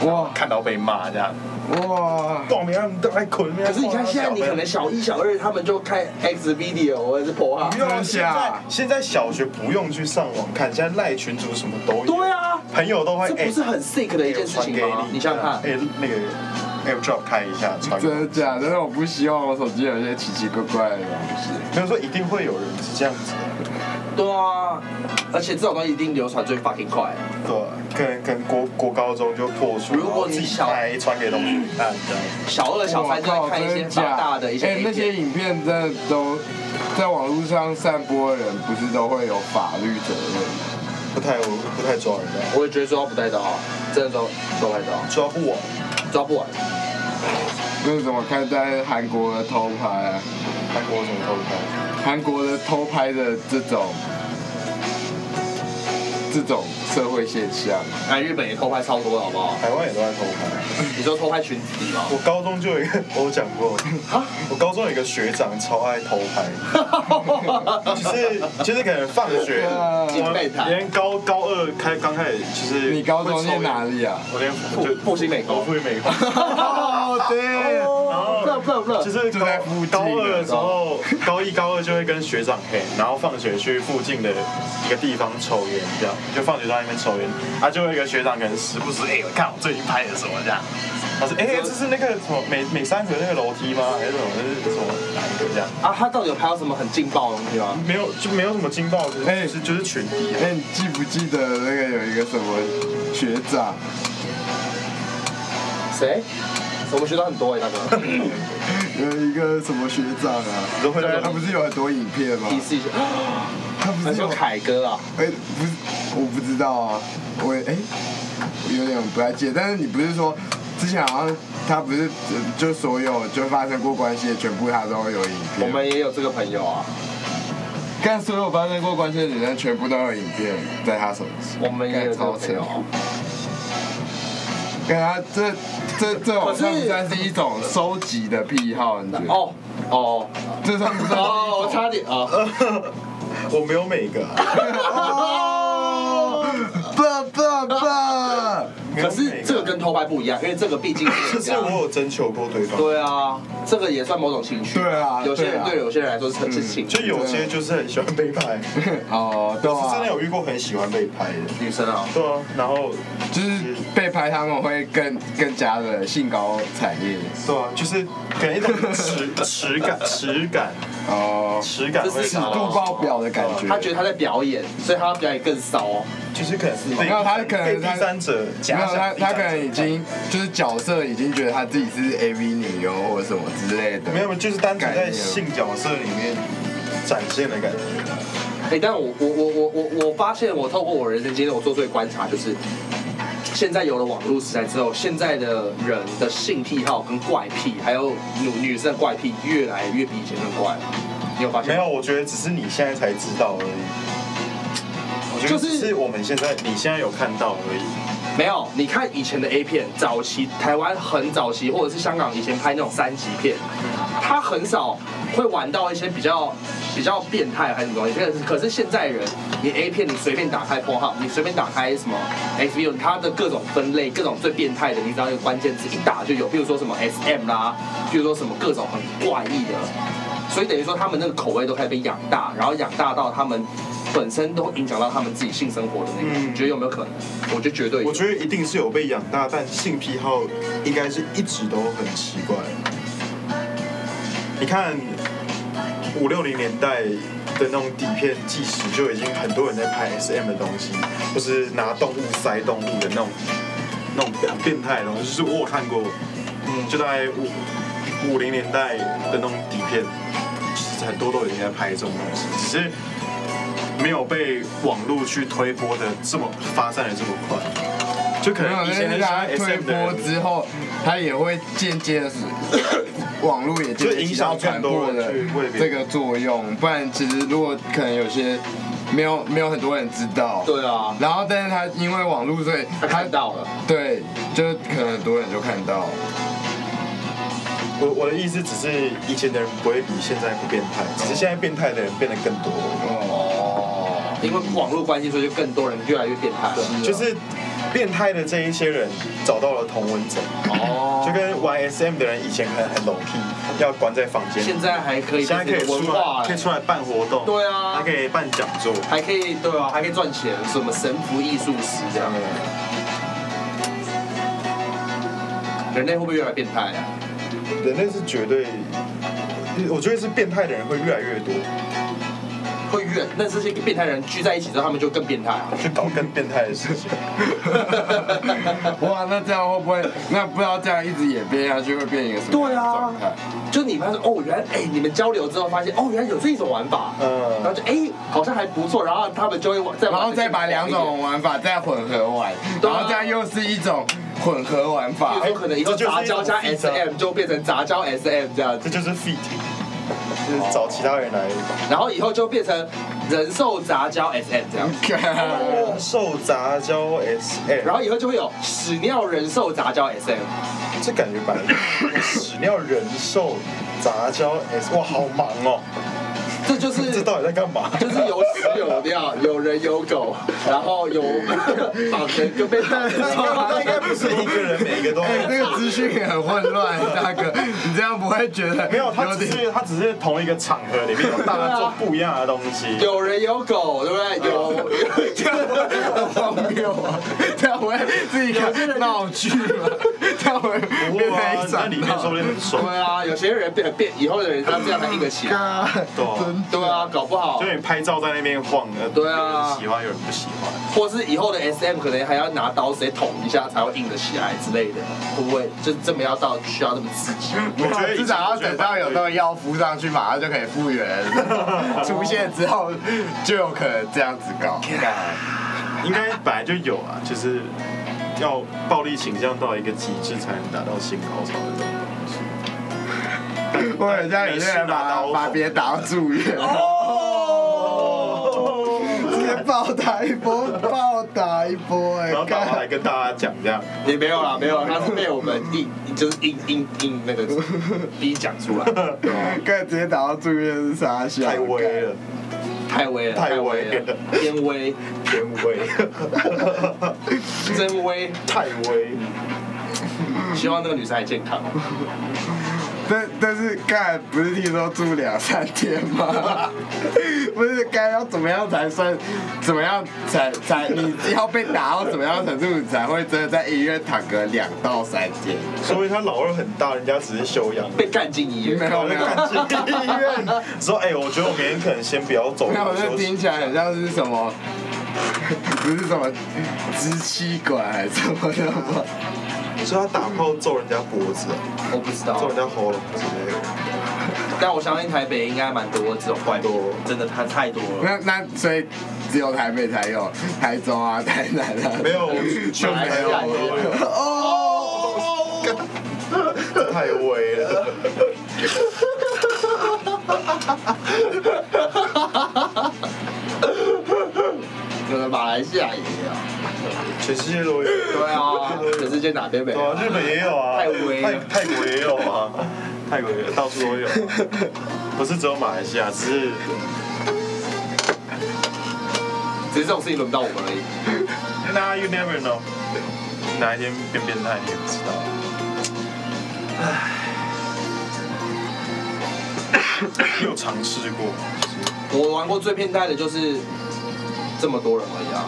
Speaker 4: 哇
Speaker 2: 看到被骂这样，
Speaker 4: 哇！
Speaker 2: 报名让大家捆，
Speaker 1: 可是你看现在你可能小一、小二他们就看 X Video 或者是 p o
Speaker 2: 不用
Speaker 4: 真
Speaker 2: 现在
Speaker 4: 假
Speaker 2: 现在小学不用去上网看，现在赖群主什么都有。
Speaker 1: 对，啊，
Speaker 2: 朋友都会
Speaker 1: 这
Speaker 2: 哎，
Speaker 1: 不是很 sick 的一
Speaker 2: 我
Speaker 1: 件事
Speaker 2: 传
Speaker 1: 情
Speaker 2: 给
Speaker 1: 吗？你想想看，
Speaker 2: 哎，那个 AirDrop 开一下传给
Speaker 4: 真
Speaker 2: 我。
Speaker 4: 的假的？但是我不希望我手机有一些奇奇怪怪的东西。
Speaker 2: 没有说一定会有人是这样子的，
Speaker 1: 对啊，而且这种东西一定流传最 fucking 快。
Speaker 2: 对啊，可能可能国国高中就破处，
Speaker 1: 如果
Speaker 2: 然后
Speaker 1: 你嗯
Speaker 2: 自己
Speaker 1: 小
Speaker 2: 拍传给同学啊看这样。
Speaker 1: 小二、小三就在
Speaker 4: 哇靠
Speaker 1: 看一些
Speaker 4: 真
Speaker 1: 放
Speaker 4: 假
Speaker 1: 大的一些
Speaker 4: 哎
Speaker 1: A
Speaker 4: 那些
Speaker 1: 片，
Speaker 4: 影片真的都在网络上散播的人，不是都会有法律责任？
Speaker 2: 不太我不太抓人家，
Speaker 1: 我也觉得抓不太到啊，真的抓抓不太到，
Speaker 2: 抓不完。
Speaker 1: 抓不完。
Speaker 4: 那怎么看待韩国的偷拍啊？
Speaker 2: 韩国什么偷拍？
Speaker 4: 韩国的偷拍的这种这种社会现 象，
Speaker 1: 哎，日本也偷拍超多，好不好？
Speaker 2: 台湾也都在偷拍。
Speaker 1: 你说偷拍群体吗？
Speaker 2: 我高中就有一个，我有讲过，我高中有一个学长超爱偷拍，就是就是可能放学，
Speaker 1: 金
Speaker 2: 我
Speaker 1: 贝塔
Speaker 2: 们连高高二开刚开始就是
Speaker 4: 啊你高中
Speaker 2: 会抽烟
Speaker 4: 念哪？里啊？
Speaker 2: 我连
Speaker 1: 复
Speaker 2: 就
Speaker 1: 复兴美
Speaker 2: 我
Speaker 1: 国，
Speaker 2: 复美 国，
Speaker 4: 哦，对，
Speaker 1: 不能不能不
Speaker 2: 就
Speaker 1: 能，
Speaker 2: 是
Speaker 4: 就
Speaker 2: 高
Speaker 4: 在附近
Speaker 2: 高二的时候，高一高二就会跟学长黑，然后放学去附近的一个地方抽烟，这样就放学到那边抽烟，啊，就会有一个学长可能时不时哎、我看我最近拍的什么这样，他说哎、这是那个什么美美山河那个楼梯吗？还是什么？这是什么哪一个这样？
Speaker 1: 啊，他到底有拍到什么很劲爆的东西吗？
Speaker 2: 没有就没有什么惊爆，就是、
Speaker 4: 哎
Speaker 2: 就是就是群敌啊。
Speaker 4: 哎，你记不记得那个有一个什么学长？
Speaker 1: 谁？我们学到很多哎，大哥，
Speaker 4: 有一个什么学长啊？
Speaker 2: 都会在
Speaker 4: 他不是有很多影片吗？
Speaker 1: 提示一下，
Speaker 4: 他不
Speaker 1: 你
Speaker 4: 是
Speaker 1: 说
Speaker 4: 有
Speaker 1: 凯哥啊？
Speaker 4: 哎、不是，我不知道啊，我哎、有点不太记得。但是你不是说之前好像他不是呃就所有就发生过关系的全部他都有影
Speaker 1: 我
Speaker 4: 片，
Speaker 1: 们也有这个朋友啊，
Speaker 4: 看所有发生过关系的女生全部都有影片在他手机，
Speaker 1: 我们也有这个朋友啊。
Speaker 4: 跟他这这这种
Speaker 1: 可是
Speaker 4: 算不算是一种收集的癖好？你觉得？
Speaker 1: 哦哦
Speaker 4: 这算不算是一种？
Speaker 1: 哦，我差点啊！
Speaker 2: 我没有每个、啊，
Speaker 1: 哦
Speaker 4: 爸爸爸，
Speaker 2: 没有
Speaker 1: 可
Speaker 2: 每
Speaker 1: 是这个跟偷拍不一样，因为这个毕竟是
Speaker 2: 可是我有征求过对方，
Speaker 1: 对啊，这个也算某种情趣。
Speaker 4: 对啊
Speaker 1: 有些人
Speaker 4: 对啊
Speaker 1: 对有些人来说是是情
Speaker 2: 就
Speaker 1: 趣。
Speaker 2: 有些就是很喜欢被拍，
Speaker 4: 哦，对
Speaker 2: 我是真的
Speaker 4: 啊，
Speaker 2: 有遇过很喜欢被拍的。
Speaker 1: 女生啊，
Speaker 2: 对啊，然后
Speaker 4: 就是被拍他们会更更加的兴高采烈。
Speaker 2: 对啊，就是给人一种耻耻感、耻感、
Speaker 4: 哦，
Speaker 2: 耻感
Speaker 1: 这
Speaker 2: 会
Speaker 1: 是
Speaker 4: 尺
Speaker 1: 尺
Speaker 4: 度爆表的感觉。
Speaker 1: 她觉得她在表演，所以她要表演更骚哦。
Speaker 2: 就是可能是
Speaker 4: 没有他可能
Speaker 2: 被
Speaker 4: 他
Speaker 2: 第三者
Speaker 4: 没
Speaker 2: 假
Speaker 4: 有他，
Speaker 2: 想，
Speaker 4: 他可能已经就是角色已经觉得他自己是 AV 女优或者什么之类的。
Speaker 2: 没有，就是单纯
Speaker 4: 概
Speaker 2: 在
Speaker 4: 念
Speaker 2: 性角色里面展现的感觉。
Speaker 1: 哎，但我我我我我我发现，我透过我人生经历，我做最观察就是，现在有了网络时代之后，现在的人的性癖好跟怪癖，还有女女生的怪癖，越来越比以前更怪了。你有发现
Speaker 2: 没
Speaker 1: 吗？
Speaker 2: 有，我觉得只是你现在才知道而已。我觉
Speaker 1: 就
Speaker 2: 得
Speaker 1: 是
Speaker 2: 只是我们现在你现在有看到而已。
Speaker 1: 没有，你看以前的 A 片，早期台湾很早期，或者是香港以前拍那种三级片，他很少会玩到一些比较比较变态还是什么东西。可是可是现在人，你 A 片你随便打开 Pornhub，你随便打开什么 HBO，它的各种分类、各种最变态的，你只要有关键字一打就有，比如说什么 SM 啦，比如说什么各种很怪异的。所以等于说他们那个口味都开始被养大，然后养大到他们本身都影响到他们自己性生活的那个，
Speaker 2: 嗯
Speaker 1: 你觉得有没有可能？我觉得绝对有。
Speaker 2: 我觉得一定是有被养大，但性癖好应该是一直都很奇怪。你看五六零年代的那种底片纪实，就已经很多人在拍 SM 的东西，或是拿动物塞动物的那种那种很变态的东西，就是我有看过，嗯，就在五五零年代的那种底片，其实很多都已经在拍这种东西，只是没有被网络去推波的这么发散的这么快。就可
Speaker 4: 没有，
Speaker 2: 能以
Speaker 4: 那
Speaker 2: 前很
Speaker 4: 是
Speaker 2: 喜
Speaker 4: 他
Speaker 2: 欢
Speaker 4: 推
Speaker 2: SM 的
Speaker 4: 波
Speaker 2: 人，
Speaker 4: 之后，他也会间接的是网络也间接起到传播的这个作用。不然其实如果可能有些没有没有很多人知道，
Speaker 1: 对啊，
Speaker 4: 然后但是他因为网络，所以
Speaker 1: 他看到了。
Speaker 4: 对，就是可能很多人就看到。
Speaker 2: 我我的意思只是以前的人不会比现在不变态，
Speaker 4: 哦
Speaker 2: 只是现在变态的人变得更多。
Speaker 1: 哦，因为网络关系，所以就更多人越来越变态。
Speaker 2: 就是变态的这一些人找到了同温层，
Speaker 1: 哦，
Speaker 2: 就跟玩 SM 的人以前可能很 low 屁，要关在房间，
Speaker 1: 现在还可以，
Speaker 2: 现在可以
Speaker 1: 文
Speaker 2: 出
Speaker 1: 化
Speaker 2: 来，可以出来办活动，
Speaker 1: 对啊
Speaker 2: 还可以办讲座。
Speaker 1: 还可以对啊，还可以赚钱，什么神符艺术师这样。人类会不会越来越变态啊？
Speaker 2: 人类是绝对，我觉得是变态的人会越来越多，
Speaker 1: 会越，那这些变态人聚在一起之后，他们就更变态 啊。
Speaker 2: 去搞更变态的事情。
Speaker 4: 哇，那这样会不会？那不知道这样一直演变下去会变一个什么样的
Speaker 1: 对啊
Speaker 4: 状态？
Speaker 1: 就你发现哦，原来哎、你们交流之后发现哦，原来有这种玩法，
Speaker 2: 嗯
Speaker 1: 然后就哎、好像还不错，然后他们就会往再
Speaker 4: 然
Speaker 1: 往
Speaker 4: 后再把两种
Speaker 1: 一
Speaker 4: 玩法再混合玩，
Speaker 1: 对
Speaker 4: 然
Speaker 1: 啊
Speaker 4: 后这样又是一种混合玩法
Speaker 1: 点，。有可能以后
Speaker 2: 这就是
Speaker 1: 杂交加
Speaker 2: 一种
Speaker 1: SM 就变成杂交 SM 这样 子，
Speaker 2: 这就是 feat，就是找其他人来
Speaker 1: 然后以后就变成人兽杂交 SM 这样子，
Speaker 2: 人兽哦杂交 S M，
Speaker 1: 然后以后就会有屎尿人兽杂交 SM，
Speaker 2: 这感觉版屎尿人兽杂交 S，哇，好忙哦！
Speaker 1: 这就是
Speaker 2: 这到底在干嘛？
Speaker 1: 就是有屎有尿，有人有狗，然后有绑人跟被绑人。
Speaker 2: 那应该不是一个人，每一 个都
Speaker 4: 哎， 这个资讯很混乱，大哥，你这样不会觉得
Speaker 2: 没有，他
Speaker 4: 有
Speaker 2: 只
Speaker 4: 点
Speaker 2: 是他只是同一个场合里面有大家做不一样的东西。
Speaker 1: 有人有狗，对不对？有
Speaker 4: 很荒谬啊？这样会是一个闹剧吗？这样会 变成
Speaker 2: 哇
Speaker 4: 一，
Speaker 2: 在
Speaker 4: 场
Speaker 2: 里面说不
Speaker 4: 闹剧
Speaker 2: 定很 爽。
Speaker 1: 对啊，有些人变变以后的人，他这样才硬得起来。
Speaker 4: 啊？真
Speaker 1: 嗯对啊，搞不好
Speaker 2: 就，你拍照在那边晃，呃，
Speaker 1: 对啊
Speaker 2: 有人喜欢有人不喜欢，
Speaker 1: 或是以后的 SM 可能还要拿刀直接捅一下才会硬得起来之类的，会不会就这么要到需要这么刺激？
Speaker 4: 没
Speaker 2: 我 觉得
Speaker 4: 有，
Speaker 2: 以前
Speaker 4: 至少要等到有那个药敷上去，马上就可以复原。 出现之后就有可能这样子搞。
Speaker 1: 嗯
Speaker 2: 应该本来就有啊，就是要暴力倾向到一个极致才能达到性高潮的这种东西。
Speaker 4: 或者像有些人把把别人打到住院，
Speaker 2: 哦
Speaker 4: 直接暴打一波，暴打一波哎、
Speaker 2: 然后打完来
Speaker 4: 干
Speaker 2: 跟大家讲 这样，
Speaker 1: 也没有啦，没有啦，他是被我们硬就是硬硬硬那个逼讲出来，
Speaker 4: 干直接打到住院是啥笑？
Speaker 2: 太威了，
Speaker 1: 太威了，
Speaker 2: 太
Speaker 1: 威
Speaker 2: 威
Speaker 1: 了
Speaker 2: 了，
Speaker 1: 天威，
Speaker 2: 天威，
Speaker 1: 真威。
Speaker 2: 太威，
Speaker 1: 希望那个女生还健康。
Speaker 4: 但但是干不是听说住两三天吗？ 不是该要怎么样才算？怎么样才才你要被打到怎么样程度，你才会真的在医院躺个两到三天？
Speaker 2: 说明他老二很大，人家只是修 养。
Speaker 1: 被干进医
Speaker 4: 没
Speaker 1: 院，
Speaker 4: 有没有。
Speaker 2: 去医院说，哎、我觉得我明天可能先不要 走
Speaker 4: 没有，
Speaker 2: 路，
Speaker 4: 这
Speaker 2: 休息
Speaker 4: 听起来很像是什么， 不是什么支气管还是什么的吧？
Speaker 2: 哦你说他打炮揍人家脖子、啊，
Speaker 1: 我不知
Speaker 2: 揍
Speaker 1: 道
Speaker 2: 人，家喉咙之类的，
Speaker 1: 但我相信台北应该蛮多这种怪多，真的他太多了。
Speaker 4: 那那所以只有台北才有，台中啊、台南啊，
Speaker 2: 没有，
Speaker 4: 就 没有
Speaker 1: 马来西亚也有。
Speaker 4: 哦，
Speaker 2: 太威了。
Speaker 1: 有的马来西亚也有，
Speaker 2: 全世界都有。
Speaker 1: 对啊，全世界哪边没
Speaker 2: 对
Speaker 1: 有？
Speaker 2: 啊，日本也有啊，
Speaker 1: 太威了
Speaker 2: 泰泰国也有啊，泰国也有，到处都有。啊不是只有马来西亚，只是
Speaker 1: 只是这种事情轮不到我们而已。
Speaker 2: 那 you never know，哪一天变变态你也不知道。唉，你有尝试过吗？
Speaker 1: 我玩过最变态的就是这么多人而已啊。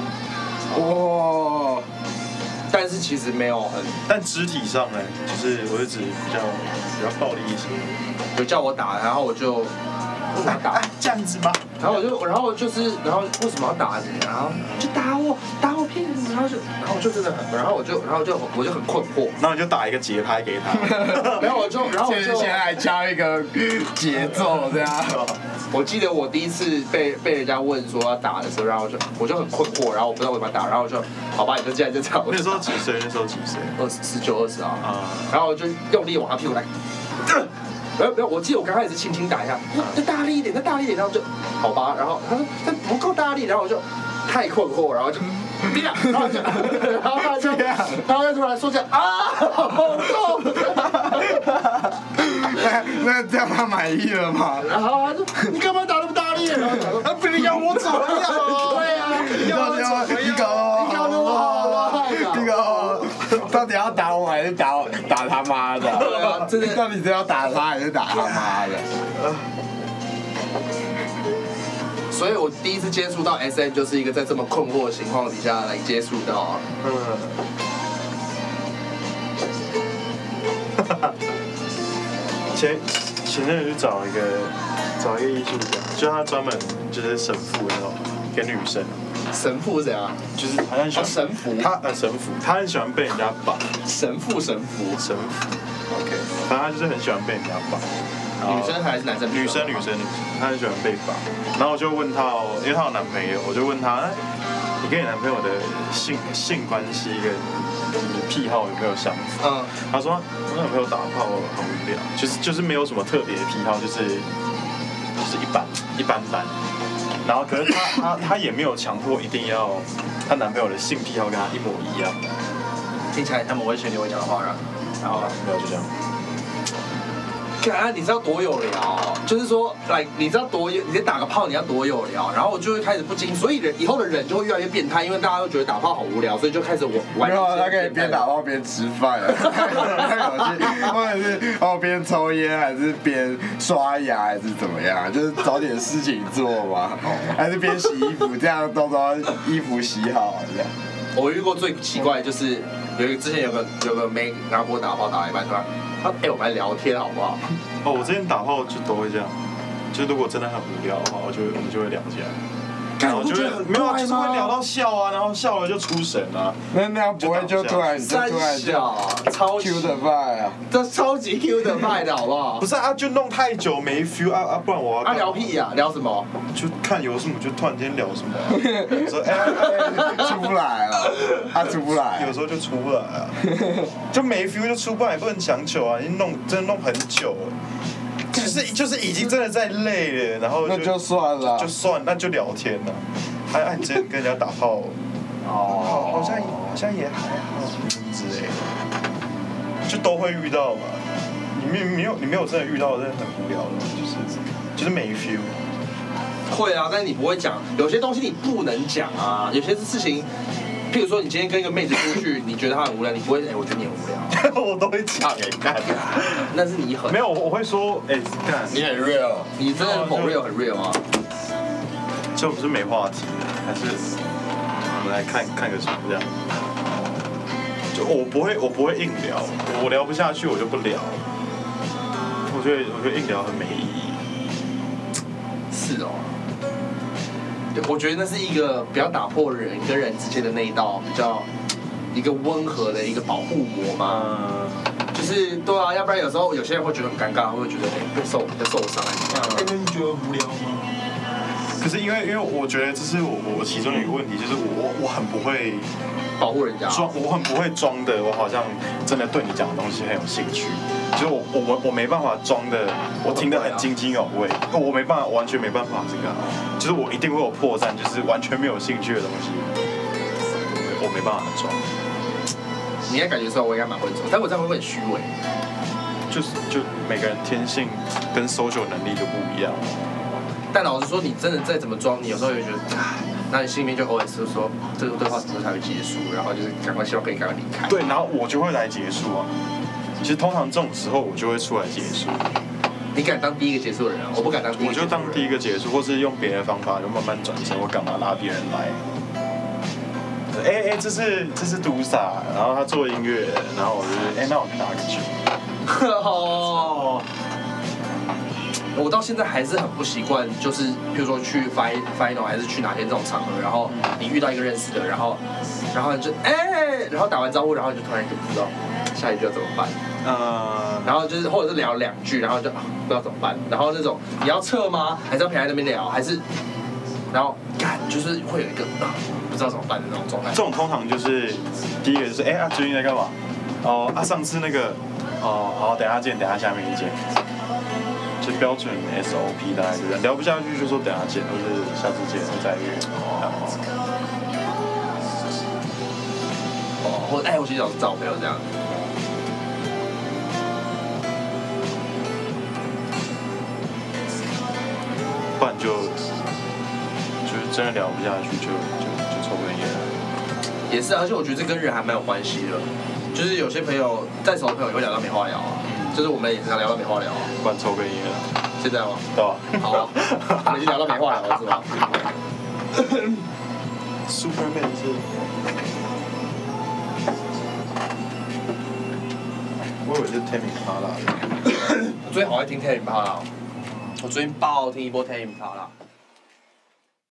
Speaker 1: 哦
Speaker 4: 哇，
Speaker 1: 但是其实没有很，
Speaker 2: 但肢体上呢，就是我是指比较比较暴力一些。
Speaker 1: 有叫我打，然后我就为什么要 打
Speaker 2: 啊？，这样子吧。
Speaker 1: 然后我就，然后就是，然后为什么要打你？啊然后就打我，打我屁股，然后就，然后就真的很，然后我就，然后就我就很困惑，
Speaker 2: 然后你就打一个节拍 给他。
Speaker 1: 然后我就，然后我
Speaker 4: 现在
Speaker 1: 就，
Speaker 4: 现在还教一个节奏这样。
Speaker 1: 我记得我第一次被被人家问说要打的时候，然后我就我就很困惑，然后我不知道我怎么打，然后我就，好吧，你就这样就这样，我
Speaker 2: 那
Speaker 1: 就
Speaker 2: 时候几岁？那时候几岁？
Speaker 1: 二十十九二十啊，
Speaker 2: 啊，
Speaker 1: 然后我就用力往他屁股来， 没有没有，我记得我刚开始是轻轻打一下，我说再大力一点，再大力一点，然后就好吧，然后他说这不够大力，然后我就太困惑，然后就。别， 然后就，然后他就，然后他就突然说这样啊，好痛！
Speaker 4: 那那这样他满意了吗？
Speaker 1: 然后他说你干嘛打那么大力？然后我想说
Speaker 4: 不啊是要我怎么样？
Speaker 1: 对啊，
Speaker 4: 你到底要你搞
Speaker 1: 你搞得我好乱啊
Speaker 4: 哦你搞我到底要打我还是打我打他妈
Speaker 1: 对啊
Speaker 4: 的？
Speaker 1: 真的
Speaker 4: 你到底是要打他还是打他妈的？
Speaker 1: 所以我第一次接触到 S M 就是一个在这么困惑的情况底下来接触到啊。
Speaker 2: 前前阵子去找一个找一个艺术家，就他专门就是神父那种，一个女生，
Speaker 1: 神父是怎样？
Speaker 2: 就是好像喜
Speaker 1: 啊，
Speaker 2: 欢
Speaker 1: 神父，
Speaker 2: 他呃神父，他很喜欢被人家绑
Speaker 1: 神父，神父，
Speaker 2: 神父，OK，反正他就是很喜欢被人家绑。然后
Speaker 1: 女生还是男生？
Speaker 2: 女生女生女生，她很喜欢被绑。然后我就问她哦，因为她有男朋友，我就问她，那你跟你男朋友的性性关系跟你的癖好有没有相符？
Speaker 1: 嗯，
Speaker 2: 她说我男朋友打炮很无聊，就是就是没有什么特别的癖好，就是就是一般一般般。然后可是她她她也没有强迫一定要她男朋友的性癖好跟她一模一样，
Speaker 1: 听起来他们会学你会讲话了。
Speaker 2: 然后没有就这样。
Speaker 1: 看，啊你知道多有聊，就是说，来，你知道多有，你打个炮，你要多有聊，然后我就会开始不禁，所以人以后的人就会越来越变态，因为大家都觉得打炮好无聊，所以就开始我玩。
Speaker 4: 没有，他可以边打炮边吃饭，太有趣。或者是哦边抽烟还是边刷牙还是怎么样，就是找点事情做嘛，还是边洗衣服，这样都把衣服洗好这样。
Speaker 1: 我遇过最奇怪的就是有一个之前有个有个妹，然后跟我打炮打到一半突然，她哎、我们来聊天好不好？
Speaker 2: 哦，我之前打炮就都会这样，就如果真的很无聊的话，我就会我们就会聊起来。然后就会没有啊，就是会聊到笑啊，然后笑了就出神啊。
Speaker 4: 那那样不会就突然就
Speaker 1: 三
Speaker 4: 突然就
Speaker 1: 小超
Speaker 4: Q 的饭啊？
Speaker 1: 这超级 Q 的卖的好不 好
Speaker 2: 不？是啊，就弄太久没 feel 啊啊，不然我要
Speaker 1: 啊
Speaker 2: 干嘛
Speaker 1: 聊屁呀、聊什么？
Speaker 2: 就看有什么就突然间聊什 么啊、说哎哎
Speaker 4: 出不来了，他出不
Speaker 2: 哎，
Speaker 4: 来
Speaker 2: 有。时候就出不来 啊，就没 feel 就出不来，也不能强求啊，你弄真的弄很久了，就是就是已经真的在累了，然后
Speaker 4: 那就算了
Speaker 2: 就，算那就聊天了、哎哎，你之前跟人家打炮，好好像好像也还好之类的，就都会遇到嘛。你没没有你没有真的遇到，真的很无聊的，就是就是没 feel。
Speaker 1: 会啊，但是你不会讲，有些东西你不能讲啊，有些事情，譬如说你今天跟一个妹子出去，你觉得她很无聊，你不会，哎、我觉得你很无聊，
Speaker 2: 我都会讲哎、干，
Speaker 1: 那是你很
Speaker 2: 没，有我我会说哎、干，
Speaker 4: 啊你很 real，
Speaker 1: 你真的很 real 很 real 啊。
Speaker 2: 这不是没话题的，还是我们来看看个什么这样。就我不会我不会硬聊，我聊不下去我就不聊。我觉得我觉得硬聊很没意义。
Speaker 1: 是哦。对，我觉得那是一个比较打破人跟人之间的那一道比较一个温和的一个保护膜嘛。
Speaker 2: 嗯。
Speaker 1: 就是对啊，要不然有时候有些人会觉得很尴尬，会觉得哎、被受被受伤还是怎么样。
Speaker 8: 那你觉得无聊吗？
Speaker 2: 可是因为因为我觉得这是我我其中一个问题，就是我我很不会
Speaker 1: 保护人家。
Speaker 2: 装，我很不会装的，我好像真的对你讲的东西很有兴趣，就是我我我我没办法装的，我听得很津津有味，我没办法，我完全没办法这个啊，就是我一定会有破绽，就是完全没有兴趣的东西，我没我没办法装。
Speaker 1: 你应该感觉出来，我应该蛮会做，但我这样会不会很虚伪？
Speaker 2: 就是就每个人天性跟 social 能力就不一样。
Speaker 1: 但老实说，你真的再怎么装，你有时候也觉得，唉那你心里面就偶尔是说，这个对话什么时候才会结束？然后就是赶快希望可以赶快离开。
Speaker 2: 对，然后我就会来结束啊。其实通常这种时候我就会出来结束，
Speaker 1: 你敢当第一个结束的人啊？我不敢当第一个
Speaker 2: 我
Speaker 1: 结束
Speaker 2: 就
Speaker 1: 的人。
Speaker 2: 当第一个结束，或是用别的方法，就慢慢转身或干嘛拉别人来。哎、哎、这是这是毒傻，然后他做音乐，然后我就哎、那我去打个球。
Speaker 1: 哦，我到现在还是很不习惯，就是比如说去 fi- final 还是去哪些这种场合，然后你遇到一个认识的，然后然后你就哎、然后打完招呼，然后你就突然就不知道下一句要怎么办，
Speaker 2: 呃，
Speaker 1: 然后就是或者是聊两句，然后就、啊不知道怎么办，然后那种你要撤吗？还是要陪在那边聊？还是然后干就是会有一个、啊不知道怎么办的那种状态
Speaker 2: 这。种通常就是第一个就是哎、啊最近在干嘛？哦啊上次那个哦好等一下见，等一下下面一见，就标准 SOP 大概就是这样聊不下去就说等一下见，或是下次见再约。然后
Speaker 1: 哦，或者哎，我去找找朋友这样。
Speaker 2: 不然就就是真的聊不下去就就就抽根烟。
Speaker 1: 也是啊，而且我觉得这跟人还蛮有关系的，就是有些朋友在熟的朋友也会聊到没话聊啊，就是我们也常常聊到没话聊啊，
Speaker 2: 不然抽根烟啊，
Speaker 1: 现在吗？
Speaker 2: 对吧？
Speaker 1: 好啊，我们已经聊到没话聊了是 吗？
Speaker 2: Superman 是。我以为是 Tammy 卡拉的。
Speaker 1: 我最近好爱听 Tame Impala，哦我最近爆听一波 Tame Impala。